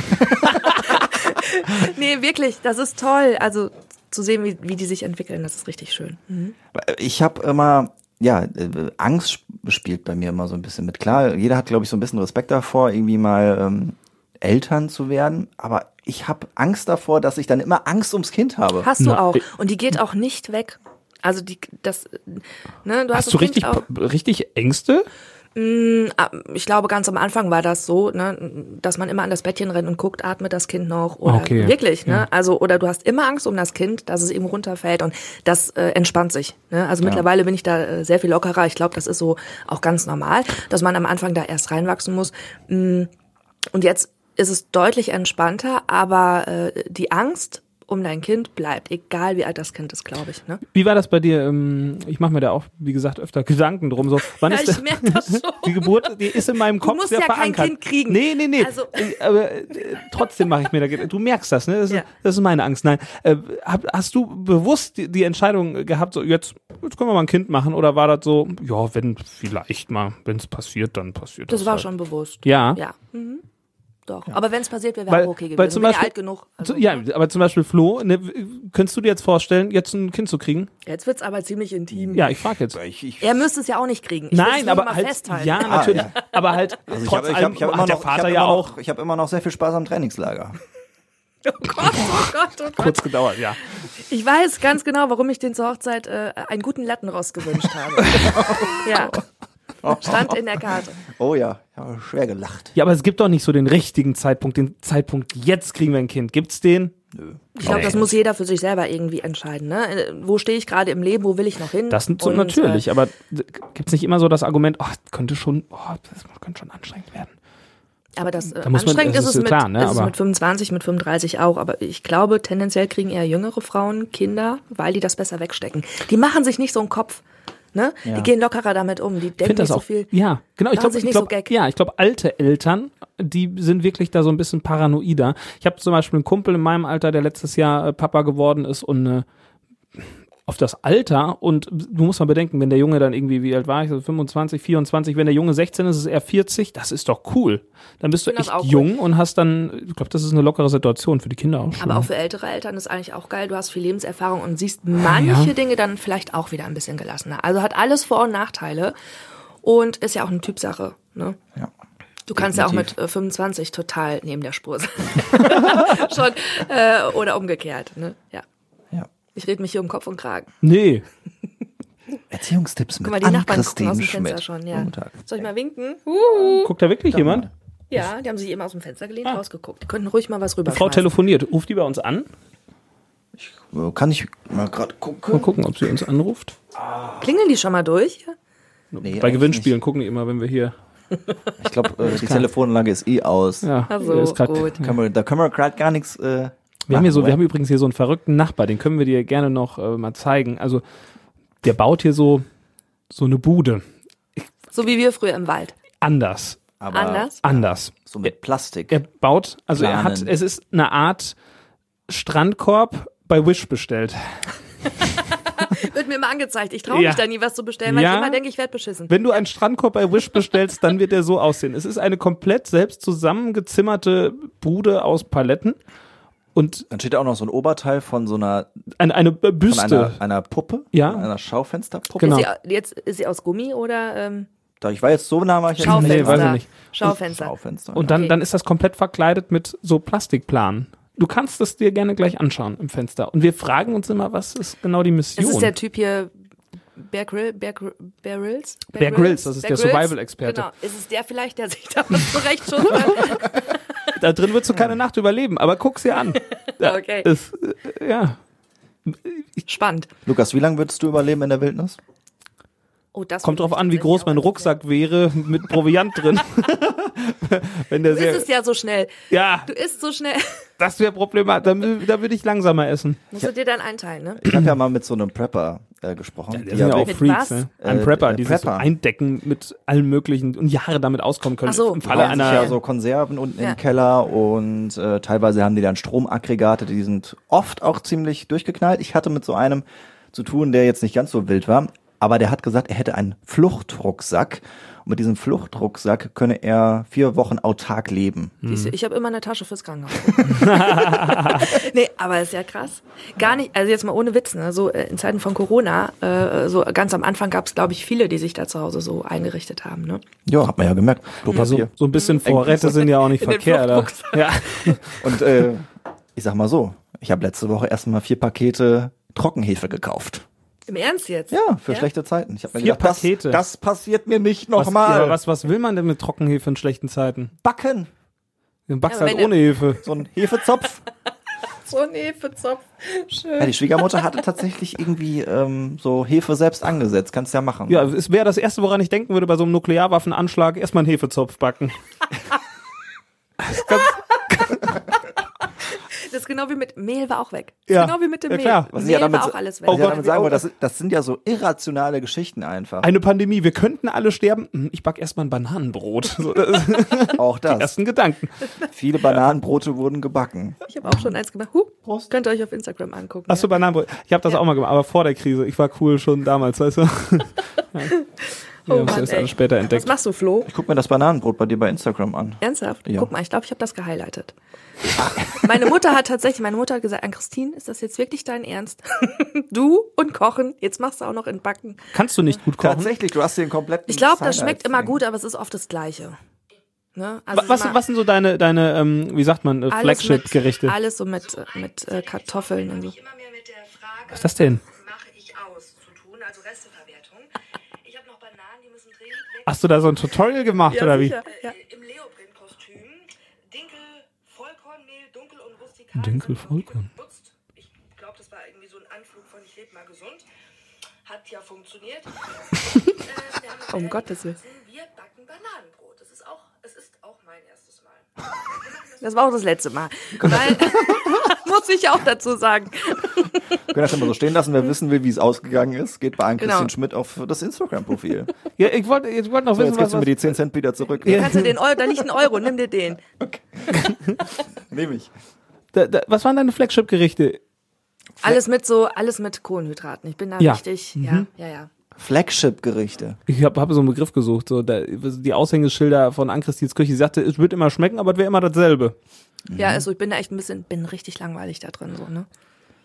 S4: nee, wirklich, das ist toll. Also zu sehen, wie, wie die sich entwickeln, das ist richtig schön.
S3: Ich habe immer, ja, äh, Angst sp- spielt bei mir immer so ein bisschen mit. Klar, jeder hat, glaube ich, so ein bisschen Respekt davor, irgendwie mal ähm, Eltern zu werden. Aber ich habe Angst davor, dass ich dann immer Angst ums Kind habe.
S4: Hast du
S2: Na,
S4: auch.
S2: ich-
S4: Und die geht auch nicht weg. Also die, das, ne, du hast,
S2: Hast du
S4: das Kind
S2: richtig,
S4: auch,
S2: richtig Ängste?
S4: Ah, ich glaube, ganz am Anfang war das so, ne, dass man immer an das Bettchen rennt und guckt, atmet das Kind noch oder
S2: Okay.
S4: wirklich, ne?
S2: Ja.
S4: Also oder du hast immer Angst um das Kind, dass es eben runterfällt und das äh, entspannt sich. Ne? Also mittlerweile bin ich da äh, sehr viel lockerer. Ich glaube, das ist so auch ganz normal, dass man am Anfang da erst reinwachsen muss. Mm, Und jetzt ist es deutlich entspannter, aber äh, die Angst um dein Kind bleibt, egal wie alt das Kind ist, glaube ich. Ne?
S2: Wie war das bei dir? Ähm, Ich mache mir da auch, wie gesagt, öfter Gedanken drum. So, wann
S4: Ja,
S2: ist
S4: ich
S2: der-
S4: merke das schon.
S2: Die Geburt, die ist in meinem Kopf
S4: musst
S2: sehr
S4: ja kein
S2: verankert.
S4: Kind kriegen.
S2: Nee, nee, nee.
S4: Also-
S2: Äh, Aber äh, trotzdem mache ich mir da Gedanken. Du merkst das, ne? Das,
S4: Ja.
S2: ist, das ist meine Angst. Nein. Äh, hab, hast du bewusst die, die Entscheidung gehabt, so jetzt, jetzt können wir mal ein Kind machen? Oder war das so, ja, wenn vielleicht mal, wenn es passiert, dann passiert das.
S4: Das war
S2: halt.
S4: schon bewusst.
S2: Ja.
S4: Ja. Mhm. Doch. Aber wenn es passiert wäre,
S2: Weil-
S4: wäre okay
S2: weil
S4: gewesen.
S2: zum
S4: Bin ja
S2: Beispiel-
S4: alt genug. Also,
S2: Zu- Ja, aber zum Beispiel Flo, ne, könntest du dir jetzt vorstellen, jetzt ein Kind zu kriegen?
S4: Jetzt wird's aber ziemlich intim.
S2: Ja, ich frage jetzt.
S3: Also Ich, ich,
S4: Er müsste es ja auch nicht kriegen. Ich will's
S2: Nein,
S4: nur
S2: aber
S4: mal
S2: halt,
S4: festhalten.
S2: ja, natürlich,
S3: Ah, ja.
S2: aber halt,
S3: also ich
S2: trotz
S3: hab- ich
S2: allem
S3: hab- ich hab
S2: hat
S3: immer
S2: der
S3: noch- ich hab
S2: Vater
S3: immer
S2: ja
S3: noch-
S2: auch
S3: Ich habe immer noch sehr viel Spaß am Trainingslager.
S4: Oh Gott, oh Gott, oh Gott.
S2: kurz gedauert, ja.
S4: Ich weiß ganz genau, warum ich den zur Hochzeit äh, einen guten Lattenrost gewünscht habe. ja. Stand in der Karte.
S3: Oh ja, ich habe schwer gelacht.
S2: Ja, aber es gibt doch nicht so den richtigen Zeitpunkt, den Zeitpunkt, jetzt kriegen wir ein Kind. Gibt's den?
S4: Ich glaube,
S2: Nee.
S4: das muss jeder für sich selber irgendwie entscheiden. Ne? Äh, Wo stehe ich gerade im Leben? Wo will ich noch hin?
S2: Das sind so
S4: Und, äh,
S2: natürlich, aber d- gibt's nicht immer so das Argument, oh, das könnte schon, oh, das könnte schon anstrengend werden.
S4: Äh, aber das äh,
S2: muss man-
S4: anstrengend
S2: das
S4: ist
S2: ist
S4: es mit,
S2: klar, ne,
S4: ist es
S2: aber-
S4: mit 25, mit 35 auch. Aber ich glaube, tendenziell kriegen eher jüngere Frauen Kinder, weil die das besser wegstecken. Die machen sich nicht so einen Kopf. Ne? Die gehen lockerer damit um. Die
S2: Ich
S4: denken
S2: finde das
S4: nicht so
S2: auch.
S4: viel.
S2: ja, genau. Ich
S4: Machen
S2: glaube,
S4: sich
S2: ich
S4: nicht so
S2: glaub,
S4: Gag.
S2: ja, ich glaube, alte Eltern, die sind wirklich da so ein bisschen paranoider. Ich habe zum Beispiel einen Kumpel in meinem Alter, der letztes Jahr äh, Papa geworden ist und äh, auf das Alter und du musst mal bedenken, wenn der Junge dann irgendwie, wie alt war ich, so 25, 24, wenn der Junge 16 ist, ist er 40, das ist doch cool. Dann bist du
S4: find das
S2: echt
S4: auch cool.
S2: jung und hast dann, ich glaube, das ist eine lockere Situation für die Kinder auch schon.
S4: Aber auch für ältere Eltern ist eigentlich auch geil. Du hast viel Lebenserfahrung und siehst manche Dinge dann vielleicht auch wieder ein bisschen gelassener. Also hat alles Vor- und Nachteile und ist ja auch eine Typsache. Ne?
S3: Ja.
S4: Du kannst ja auch mit äh, 25 total neben der Spur sein. Schon, äh, oder umgekehrt. Ne? Ja.
S3: ja.
S4: Ich rede mich hier um Kopf und Kragen.
S2: nee,
S3: Erziehungstipps mit
S4: Guck mal, die
S3: Ann
S4: Nachbarn gucken aus
S3: Christine
S4: dem Fenster
S3: Schmidt.
S4: schon. Ja.
S3: Guten Tag.
S4: Soll ich mal winken?
S2: guckt da wirklich jemand?
S4: Ja, die haben sich eben aus dem Fenster gelehnt, rausgeguckt. Die könnten ruhig mal was rüber.
S2: Ah. Frau telefoniert, ruft die bei uns an?
S3: Äh, Kann ich mal gerade
S2: Mal
S3: gucken?
S2: gucken, ob sie uns anruft.
S4: Klingeln die schon mal durch?
S3: Nee,
S2: bei
S3: eigentlich
S2: Gewinnspielen gucken die immer, wenn wir hier.
S3: nicht. Ich glaube, äh, die Telefonlage ist eh aus.
S2: Ja,
S4: Also,
S2: ist grad-
S4: gut.
S3: Können wir, da können wir gerade gar nichts. Äh,
S2: Wir haben, hier so, wir haben
S3: machen,
S2: übrigens hier so einen verrückten Nachbar, den können wir dir gerne noch äh, mal zeigen. Also, der baut hier so, so eine Bude.
S4: So wie wir früher im Wald.
S2: Anders.
S3: aber
S4: Anders?
S2: Anders.
S3: So mit Plastik.
S2: Er baut, also er hat,
S3: Planen.
S2: es ist eine Art Strandkorb bei Wish bestellt.
S4: Wird mir immer angezeigt. Ich traue
S2: Ja.
S4: mich da nie, was zu bestellen, weil
S2: Ja.
S4: ich immer denke, ich werde beschissen.
S2: Wenn du einen Strandkorb bei Wish bestellst, dann wird der so aussehen. Es ist eine komplett selbst zusammengezimmerte Bude aus Paletten und
S3: Dann steht auch noch so ein Oberteil von so einer,
S2: eine, eine
S3: von einer,
S2: Büste.
S3: einer Puppe,
S2: Ja.
S3: von einer Schaufensterpuppe.
S2: Genau.
S4: Ist sie, au- jetzt ist sie aus Gummi oder ähm,
S3: Da, ich war jetzt so nah, war ich jetzt
S4: Schaufenster?
S2: Nee, weiß ich nicht.
S4: Schaufenster.
S3: Schaufenster.
S2: Und dann,
S4: Okay.
S2: dann ist das komplett verkleidet mit so Plastikplanen. Du kannst es dir gerne gleich anschauen im Fenster. Und wir fragen uns immer, was ist genau die Mission?
S4: Es ist der Typ hier, Bear, Grill, Bear, Gr- Bear Grylls?
S2: Bear Grylls, das ist der
S4: Grylls?
S2: Survival-Experte.
S4: Genau. Ist es der vielleicht, der sich da was zurecht schon hat?
S2: da drin wirst du keine Nacht überleben, aber guck's dir an.
S4: Okay.
S2: Es, äh, ja.
S4: Spannend.
S3: Lukas, wie lange würdest du überleben in der Wildnis?
S4: Oh, das
S2: Kommt
S4: würde
S2: drauf
S4: mich
S2: an, wie
S4: tatsächlich
S2: groß
S4: auch
S2: mein Rucksack wäre mit Proviant drin. Wenn der
S4: interessieren. Du
S2: sehr,
S4: isst es ja so schnell.
S2: ja,
S4: Du isst so schnell.
S2: das wäre problematisch. Da, mü- da würde ich langsamer essen.
S4: Musst du dir dann einteilen, ne?
S3: Ich habe ja mal mit so einem Prepper äh, gesprochen.
S2: Die sind ja auch
S4: Mit
S2: Freaks,
S4: was?
S2: ne?
S3: Äh,
S2: Ein Prepper, die sich so
S3: Prepper.
S2: eindecken mit allen möglichen und Jahre damit auskommen können.
S4: Ach so.
S2: Im Falle
S3: alle einer
S2: einer
S3: ja so Konserven unten
S4: Ja.
S3: im Keller und äh, teilweise haben die dann Stromaggregate, die sind oft auch ziemlich durchgeknallt. Ich hatte mit so einem zu tun, der jetzt nicht ganz so wild war, aber der hat gesagt, er hätte einen Fluchtrucksack und mit diesem Fluchtrucksack könne er vier Wochen autark leben.
S2: Mhm.
S4: Siehst du, Ich habe immer eine Tasche fürs Krankenhaus. nee, aber ist ja krass. Gar nicht, also jetzt mal ohne Witz, ne? so äh, in Zeiten von Corona, äh, so ganz am Anfang gab es, glaube ich, viele, die sich da zu Hause so eingerichtet haben. Ne?
S3: Ja, hat man ja gemerkt.
S2: ja, so,
S3: Klopapier.
S2: so ein bisschen Vorräte sind ja auch nicht
S4: In den
S2: verkehrt. Oder?
S4: Fluchtrucksack.
S2: Ja.
S3: Und äh, ich sag mal so, ich habe letzte Woche erstmal vier Pakete Trockenhefe gekauft.
S4: Im Ernst jetzt?
S3: Ja, für schlechte Zeiten. Ich habe mir
S2: Vier
S3: gedacht, das,
S2: Pakete.
S3: das passiert mir nicht
S2: Was, ja,
S3: nochmal.
S2: was, was will man denn mit Trockenhefe in schlechten Zeiten?
S3: Backen,
S2: Du backst
S4: Ja, aber
S2: halt
S4: wenn
S2: ohne Hefe.
S3: so ein Hefezopf.
S4: So ein Hefezopf.
S3: Ja,
S4: Schön.
S3: die Schwiegermutter hatte tatsächlich irgendwie ähm, so Hefe selbst angesetzt. Kannst ja machen.
S2: Ja, es wäre das Erste, woran ich denken würde bei so einem Nuklearwaffenanschlag. Erstmal einen Hefezopf backen.
S4: Das ist genau wie mit Mehl war auch weg. Das ist
S2: Ja.
S4: Genau wie mit dem
S2: Ja,
S4: Mehl.
S2: klar.
S3: Was
S4: Mehl
S3: ich ja damit,
S4: war auch alles weg.
S3: was ich ja
S2: Oh Gott.
S3: damit sagen wollte, das, das sind ja so irrationale Geschichten einfach.
S2: Eine Pandemie, wir könnten alle sterben. Hm, Ich backe erstmal ein Bananenbrot. So, das sind
S3: Auch
S2: die
S3: das.
S2: ersten Gedanken.
S3: Viele Bananenbrote wurden gebacken.
S4: Ich habe auch schon eins gemacht. Huh, könnt ihr euch auf Instagram angucken.
S2: Ach so, Bananenbrot. Ich habe das auch mal gemacht, aber vor der Krise. Ich war cool schon damals, weißt du?
S4: ja.
S2: Ja, das ist alles später entdeckt.
S4: Oh Was machst du, Flo?
S3: Ich guck mir das Bananenbrot bei dir bei Instagram an.
S4: Ernsthaft?
S3: Ja.
S4: Guck mal, ich glaube, ich habe das gehighlightet.
S2: Ah.
S4: meine Mutter hat tatsächlich, meine Mutter hat gesagt, an Christine, ist das jetzt wirklich dein Ernst? du und Kochen, jetzt machst du auch noch in Backen.
S2: Kannst du nicht gut kochen?
S3: Tatsächlich, du hast den kompletten.
S4: Ich glaube, das
S3: Highlights
S4: schmeckt immer
S3: drin.
S4: gut, aber es ist oft das Gleiche. Ne? Also
S2: Wa- Was,
S4: immer
S2: was sind so deine, deine ähm, wie sagt man, äh,
S4: alles mit-
S2: Flagship-Gerichte?
S4: Alles so mit, äh, mit äh, Kartoffeln und so.
S5: immer mehr mit der Frage,
S2: Was ist das denn?
S5: mache ich aus zu tun, also Resteverwertung. Ich habe noch Bananen, die müssen dringend weg.
S2: Hast du da so ein Tutorial gemacht
S4: Ja,
S2: oder wie?
S4: sicher. Ja.
S5: Äh, Im Leoprint-Kostüm. Dinkel, Vollkornmehl, dunkel und rustikal.
S2: Dinkel,
S5: sind noch nicht
S2: Vollkorn.
S5: benutzt. Ich glaube, das war irgendwie so ein Anflug von Ich lebe mal gesund. Hat ja funktioniert. äh, wir haben
S4: Um Gottes Willen.
S5: Wir backen Bananenbrot. Das ist auch, es ist auch mein erstes Mal.
S4: Das war auch das letzte Mal. Weil, muss ich auch dazu sagen.
S3: Wir können das immer so stehen lassen. Wer wissen will, wie es ausgegangen ist, geht bei Ann-Christine
S4: Genau.
S3: Schmidt auf das Instagram-Profil.
S2: Ja, ich wollte jetzt wollt noch
S3: So,
S2: wissen,
S3: jetzt kriegst
S2: was,
S3: du mir
S2: was
S3: die 10 Cent wieder zurück.
S4: Kannst du den Euro, da liegt ein Euro, nimm dir den.
S3: Nehme ich.
S2: da, da, was waren deine Flagship-Gerichte?
S4: Alles mit so, alles mit Kohlenhydraten. Ich bin da
S2: Ja. Mhm.
S4: richtig, ja, ja, ja.
S3: Flagship-Gerichte.
S2: Ich habe hab so einen Begriff gesucht, so da, die Aushängeschilder von Ann-Christins Küche. Sie sagte, es wird immer schmecken, aber es wäre immer dasselbe.
S3: Mhm.
S4: Ja, also ich bin da echt ein bisschen, bin richtig langweilig da drin so, ne?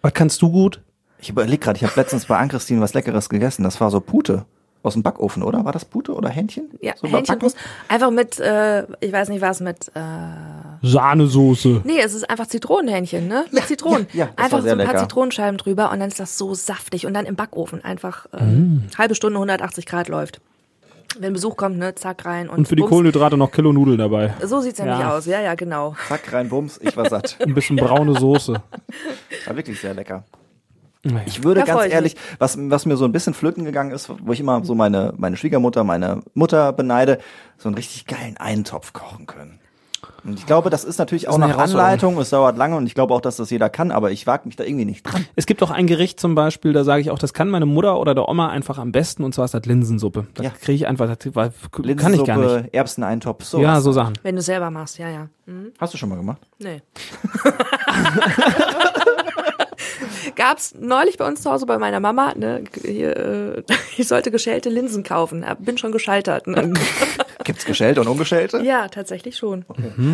S2: Was kannst du gut?
S3: Ich überlege gerade, ich habe letztens bei Ann-Christine was Leckeres gegessen. Das war so Pute. Aus dem Backofen, oder? War das Pute oder Hähnchen?
S4: Ja,
S3: so
S4: Hähnchenbrust.
S3: überbacken?
S4: Einfach mit, äh, ich weiß nicht was, mit, äh,
S2: Sahnesoße.
S4: nee, es ist einfach Zitronenhähnchen, ne? Mit Zitronen.
S3: ja, ja, das war
S4: einfach so
S3: sehr
S4: ein paar
S3: lecker.
S4: Zitronenscheiben drüber und dann ist das so saftig und dann im Backofen einfach äh,
S3: Mhm.
S4: halbe Stunde 180 Grad läuft. Wenn Besuch kommt, ne, zack rein und,
S2: Und für die
S4: bums.
S2: Kohlenhydrate noch Kilo Nudeln dabei.
S4: So sieht's ja, nicht
S2: Ja.
S4: aus. Ja, ja, genau.
S3: Zack, rein, bums, ich war satt.
S2: Ein bisschen braune Soße.
S3: War wirklich sehr lecker.
S2: Naja.
S3: Ich würde
S4: Da freu
S3: ganz
S4: ich
S3: ehrlich, was, was mir so ein bisschen flöten gegangen ist, wo ich immer so meine, meine Schwiegermutter, meine Mutter beneide, so einen richtig geilen Eintopf kochen können. Und ich glaube, das ist natürlich auch
S2: eine
S3: nach
S2: Herausforderung.
S3: Anleitung, es dauert lange und ich glaube auch, dass das jeder kann, aber ich wage mich da irgendwie nicht dran.
S2: Es gibt auch ein Gericht zum Beispiel, da sage ich auch, das kann meine Mutter oder der Oma einfach am besten und zwar ist das Linsensuppe. Das
S3: Ja.
S2: kriege ich einfach, das weil- kann ich gar nicht.
S3: Linsensuppe, Erbseneintopf, so.
S2: Ja, so Sachen.
S4: Wenn du selber machst, ja, ja. Hm,
S3: Hast du schon mal gemacht?
S4: Nee. Gab's neulich bei uns zu Hause bei meiner Mama, ne, hier, äh, ich sollte geschälte Linsen kaufen. Bin schon gescheitert. Ne?
S3: Gibt's geschälte und ungeschälte?
S4: Ja, tatsächlich schon.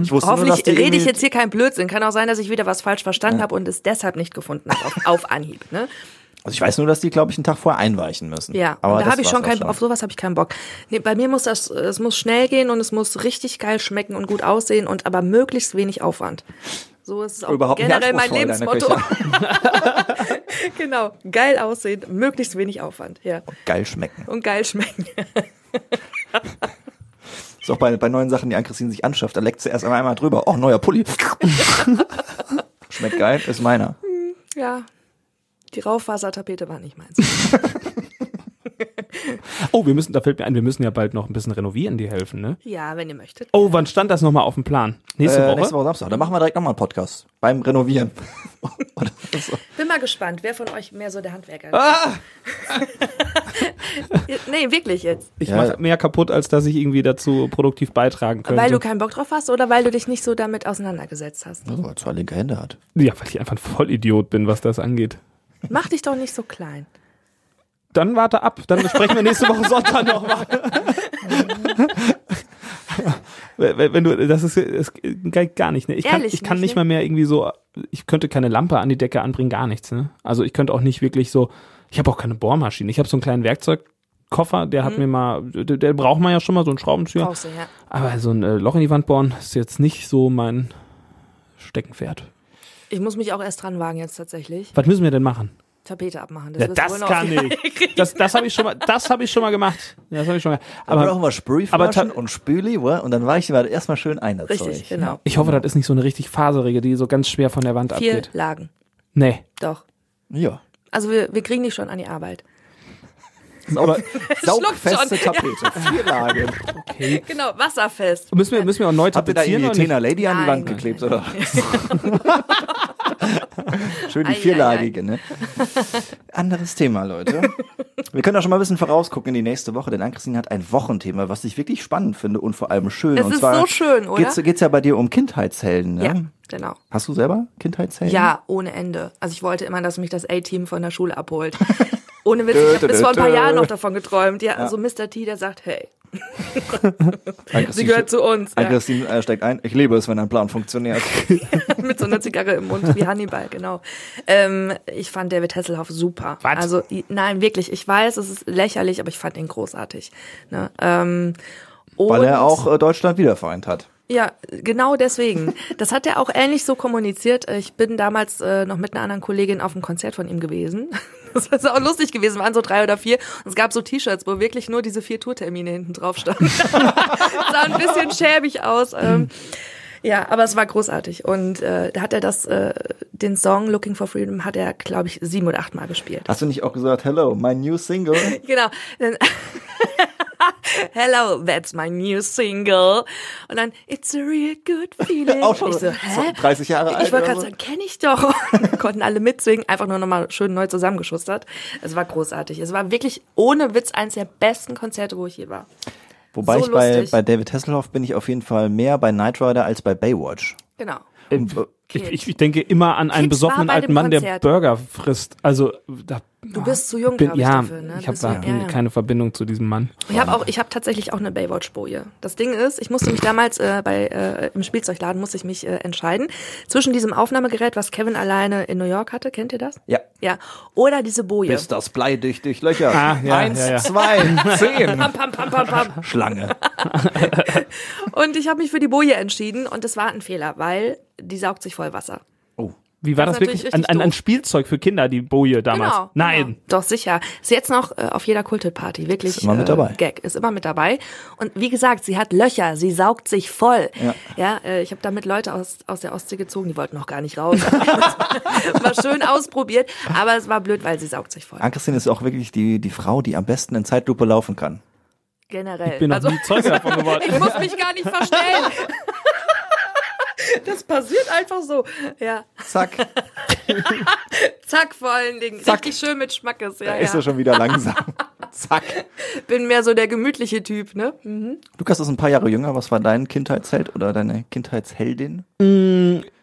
S3: Ich wusste
S4: Hoffentlich
S3: die
S4: rede ich
S3: irgendwie-
S4: jetzt hier keinen Blödsinn. Kann auch sein, dass ich wieder was falsch verstanden habe und es deshalb nicht gefunden habe auf, auf Anhieb. Ne?
S3: Also ich weiß nur, dass die, glaube ich, einen Tag vorher einweichen müssen.
S4: Ja,
S3: aber
S4: und da
S3: das
S4: habe ich
S3: war's
S4: schon
S3: auch
S4: keinen, auf sowas habe ich keinen Bock. Nee, bei mir muss das, es muss schnell gehen und es muss richtig geil schmecken und gut aussehen und aber möglichst wenig Aufwand. So ist es auch
S3: Überhaupt nicht
S4: generell mein
S3: anspruchsvoll,
S4: Lebensmotto. genau, geil aussehen, möglichst wenig Aufwand, ja.
S3: Geil schmecken.
S4: Und geil schmecken.
S3: Ist auch bei, bei neuen Sachen, die Ann-Christine sich anschafft, da leckt sie erst einmal drüber. Oh, neuer Pulli. Schmeckt geil, ist meiner.
S4: Ja. Die Raufasertapete war nicht meins.
S2: Oh, wir müssen, da fällt mir ein, wir müssen ja bald noch ein bisschen renovieren, die helfen, ne?
S4: ja, wenn ihr möchtet.
S2: Oh, wann stand das nochmal auf dem Plan? Nächste
S3: äh,
S2: Woche?
S3: nächste Woche Samstag. Dann machen wir direkt nochmal einen Podcast. Beim Renovieren. Oder so.
S4: Bin mal gespannt, wer von euch mehr so der Handwerker ist.
S3: Ah!
S4: nee, wirklich jetzt.
S2: Ich
S3: Ja.
S2: mache mehr kaputt, als dass ich irgendwie dazu produktiv beitragen könnte.
S4: Weil du keinen Bock drauf hast oder weil du dich nicht so damit auseinandergesetzt hast.
S3: Also, weil zwei linke Hände hat.
S2: ja, weil ich einfach ein Vollidiot bin, was das angeht.
S4: Mach dich doch nicht so klein.
S2: Dann warte ab, dann besprechen wir nächste Woche Sonntag nochmal. Wenn wenn- wenn du, das ist, es geht gar nicht. Ne? Ich kann,
S4: Ehrlich
S2: ich kann
S4: nicht,
S2: nicht mal mehr irgendwie so, ich könnte keine Lampe an die Decke anbringen, gar nichts. Ne? Also ich könnte auch nicht wirklich so, ich habe auch keine Bohrmaschine. Ich habe so einen kleinen Werkzeugkoffer, der hat mir mal, der, der braucht man ja schon mal, so einen Schraubenzieher.
S4: Mhm. Brauchst du, ja.
S2: Aber so ein äh, Loch in die Wand bohren ist jetzt nicht so mein Steckenpferd.
S4: Ich muss mich auch erst dran wagen jetzt tatsächlich.
S2: Was müssen wir denn machen?
S4: Tapete abmachen.
S2: Ja,
S4: wirst du wohl
S2: das
S4: noch-
S2: kann ich. Das, das habe ich schon mal, das habe ich schon mal gemacht. Das habe ich schon mal.
S3: Aber
S2: Aber
S3: noch mal Sprüh
S2: aber
S3: waschen
S2: ta-
S3: und Spüli, wa? und dann war ich mal erstmal schön einerzeugt.
S4: Richtig, genau.
S2: ich hoffe, das ist nicht so eine richtig faserige, die so ganz schwer von der Wand
S4: Vier
S2: abgeht.
S4: Lagen.
S2: Nee.
S4: Doch.
S3: Ja.
S4: Also wir, wir kriegen dich schon an die Arbeit.
S3: Sau
S4: schon.
S3: saugfeste Tapete. Vier Lagen.
S4: Genau, wasserfest.
S2: Müssen wir, müssen wir auch neu
S3: Habt ihr da
S2: tapezieren
S3: irgendwie
S2: oder nicht?
S3: Tena Lady an die
S4: Nein,
S3: Wand
S4: nein,
S3: geklebt,
S4: nein,
S3: oder? Schön die
S4: Ei, ei,
S3: vierlagige, ne? Anderes Thema, Leute. Wir können auch schon mal ein bisschen vorausgucken in die nächste Woche, denn Ann-Christine hat ein Wochenthema, was ich wirklich spannend finde und vor allem schön.
S4: Es
S3: und
S4: ist
S3: zwar
S4: so schön, oder?
S3: Geht's, geht's ja bei dir um Kindheitshelden, ne?
S4: Ja, genau.
S3: Hast du selber Kindheitshelden?
S4: Ja, ohne Ende. Also ich wollte immer, dass mich das A-Team von der Schule abholt. Ohne Witz, ich habe bis vor ein paar Jahren noch davon geträumt. Ja, so Mr. T, der sagt, hey, sie gehört zu uns. Ja,
S3: Ann-Christine äh, steigt ein. Ich liebe es, wenn ein Plan funktioniert.
S4: mit so einer Zigarre im Mund, wie Hannibal, genau. Ähm, ich fand David Hasselhoff super.
S2: Was?
S4: Also, i- nein, wirklich. Ich weiß, es ist lächerlich, aber ich fand ihn großartig. Ne? Ähm,
S3: Weil er
S4: und-
S3: auch äh, Deutschland wiedervereint hat.
S4: Ja, genau deswegen. Das hat er auch ähnlich so kommuniziert. Ich bin damals äh, noch mit einer anderen Kollegin auf einem Konzert von ihm gewesen. Das war so auch lustig gewesen, waren so drei oder vier. Und es gab so T-Shirts, wo wirklich nur diese vier Tourtermine hinten drauf standen. sah ein bisschen schäbig aus. Ähm, ja, aber es war großartig. Und äh, da hat er das, äh, den Song Looking for Freedom hat er, glaube ich, sieben oder achtmal gespielt.
S3: Hast du nicht auch gesagt, hello, my new single?
S4: Genau. Dann, Hello, that's my new single. Und dann, it's a real good feeling.
S3: Auch schon
S4: ich so,
S3: so
S4: hä?
S3: 30 Jahre alt
S4: Ich
S3: oder
S4: wollte gerade
S3: so.
S4: sagen, kenne ich doch. Konnten alle mitsingen, einfach nur nochmal schön neu zusammengeschustert. Es war großartig. Es war wirklich ohne Witz eins der besten Konzerte, wo ich je war.
S3: Wobei
S4: So
S3: ich bei,
S4: lustig.
S3: bei David Hasselhoff bin ich auf jeden Fall mehr bei Knight Rider als bei Baywatch.
S4: Genau.
S3: Und, äh,
S2: Ich, ich denke immer an einen
S4: Kind war
S2: besoffenen
S4: bei
S2: alten
S4: dem
S2: Mann, der
S4: Konzert.
S2: Burger frisst. Also da,
S4: Du bist zu jung,
S2: bin,
S4: glaube ich,
S2: ja,
S4: dafür. Ne?
S2: ich
S4: Bist
S2: habe
S4: du-
S2: da
S4: ja, ja.
S2: keine Verbindung zu diesem Mann.
S4: Ich habe auch, ich habe tatsächlich auch eine Baywatch-Boje. Das Ding ist, ich musste mich damals äh, bei äh, im Spielzeugladen musste ich mich äh, entscheiden zwischen diesem Aufnahmegerät, was Kevin alleine in New York hatte, kennt ihr das?
S3: Ja.
S4: Ja. Oder diese Boje.
S3: Bis das Blei dich durchlöchert.
S2: Ah, ja,
S3: Eins,
S2: ja, ja.
S3: zwei, zehn.
S4: Pam, pam, pam, pam, pam.
S3: Schlange.
S4: Und ich habe mich für die Boje entschieden und das war ein Fehler, weil die saugt sich voll Wasser.
S3: Oh.
S2: Wie war
S4: Das
S2: das,
S4: ist
S2: wirklich?
S4: natürlich
S2: An,
S4: richtig
S2: an, an
S4: doof.
S2: Spielzeug für Kinder, die Boje damals.
S4: Genau.
S2: Nein.
S4: Genau. Doch sicher. Ist jetzt noch äh, auf jeder Kultparty wirklich
S3: immer mit dabei.
S4: Äh, Gag ist immer mit dabei. Und wie gesagt, sie hat Löcher, sie saugt sich voll. Ja, äh, ich habe damit Leute aus aus der Ostsee gezogen, die wollten noch gar nicht raus. war schön ausprobiert, aber es war blöd, weil sie saugt sich voll.
S3: Ann-Christine Ah, ist auch wirklich die, die Frau, die am besten in Zeitlupe laufen kann.
S4: Generell.
S2: Ich bin noch
S4: also,
S2: nie Zeug davon geworden.
S4: ich muss mich gar nicht verstellen. Das passiert einfach so. Ja,
S3: Zack,
S4: zack vor allen Dingen. Richtig schön mit Schmackes. Ja,
S3: da ist
S4: ja.
S3: er schon wieder langsam. Zack.
S4: Bin mehr so der gemütliche Typ, ne?
S3: Lukas ist ein paar Jahre jünger. Was war dein Kindheitsheld oder deine Kindheitsheldin?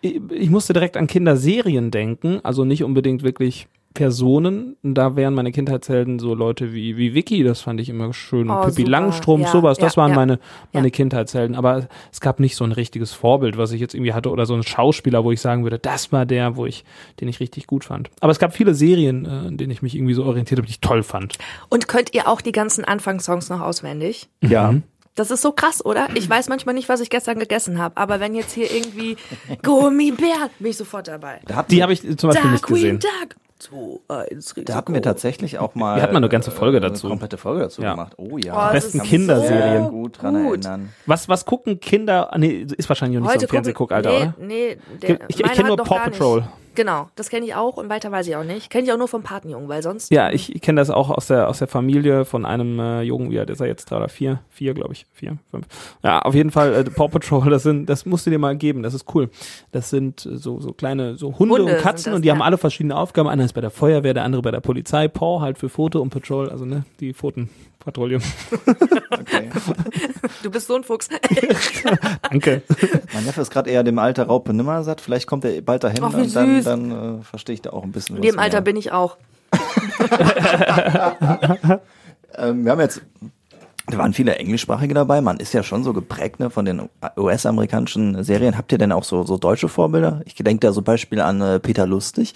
S2: ich ich musste direkt an Kinderserien denken, also nicht unbedingt wirklich Personen. Da wären meine Kindheitshelden so Leute wie, wie Vicky, das fand ich immer schön.
S4: Oh,
S2: und Pippi
S4: super.
S2: Langstrumpf,
S4: Ja,
S2: sowas,
S4: ja,
S2: das waren
S4: ja.
S2: meine, meine
S4: Ja.
S2: Kindheitshelden. Aber es gab nicht so ein richtiges Vorbild, was ich jetzt irgendwie hatte, oder so ein Schauspieler, wo ich sagen würde, das war der, wo ich, den ich richtig gut fand. Aber es gab viele Serien, äh, in denen ich mich irgendwie so orientiert habe, die ich toll fand.
S4: Und könnt ihr auch die ganzen Anfangssongs noch auswendig?
S2: Mhm.
S3: Ja.
S4: Das ist so krass, oder? Ich weiß manchmal nicht, was ich gestern gegessen habe, aber wenn jetzt hier irgendwie Gummibär, bin ich sofort dabei.
S3: Da hatten,
S2: Die
S3: wir-
S2: habe ich zum Beispiel
S4: Dark
S2: nicht
S4: Queen
S2: gesehen.
S4: Dark. 2, 1,
S3: da hatten Oh. wir tatsächlich auch mal.
S2: Wir hatten mal eine ganze Folge dazu.
S3: Eine komplette Folge dazu
S2: Ja.
S3: gemacht. Oh ja.
S4: Oh,
S3: Kann
S4: das
S2: Besten
S4: ist
S2: Kinderserien.
S4: So
S3: gut dran
S4: gut.
S3: erinnern.
S2: Was, was gucken Kinder, nee, ist wahrscheinlich noch nicht so
S4: Heute
S2: im Fernsehguckalter,
S4: gucken,
S2: oder?
S4: nee, Nee, der,
S2: Ich, ich
S4: meiner
S2: kenne nur
S4: hat noch
S2: Paw
S4: gar nicht.
S2: Patrol.
S4: Genau, das kenne ich auch und weiter weiß ich auch nicht. Kenne ich auch nur vom Patenjungen, weil sonst.
S2: Ja, ich kenne das auch aus der, aus der Familie von einem äh, Jungen, wie alt ist er jetzt? Drei oder vier? Vier, glaube ich. Vier, fünf. Ja, auf jeden Fall, äh, Paw Patrol, das sind, das musst du dir mal geben, das ist cool. Das sind äh, so, so kleine, so Hunde,
S4: Hunde
S2: und
S4: sind
S2: Katzen
S4: das,
S2: und die
S4: ja.
S2: haben alle verschiedene Aufgaben. Einer ist bei der Feuerwehr, der andere bei der Polizei. Paw halt für Foto und Patrol, also ne, die Pfotenpatrouille.
S3: Okay.
S4: Du bist so ein Fuchs.
S2: Danke.
S3: Mein Neffe ist gerade eher dem Alter Raupe Nimmersatt. Vielleicht kommt er bald dahin
S4: Ach, wie
S3: und dann,
S4: süß.
S3: dann äh, verstehe ich da auch ein bisschen
S4: In
S3: was
S4: dem Alter
S3: mehr.
S4: bin ich auch.
S3: Ähm, wir haben jetzt, da waren viele Englischsprachige dabei. Man ist ja schon so geprägt ne, von den US-amerikanischen Serien. Habt ihr denn auch so, so deutsche Vorbilder? Ich denke da zum Beispiel an äh, Peter Lustig.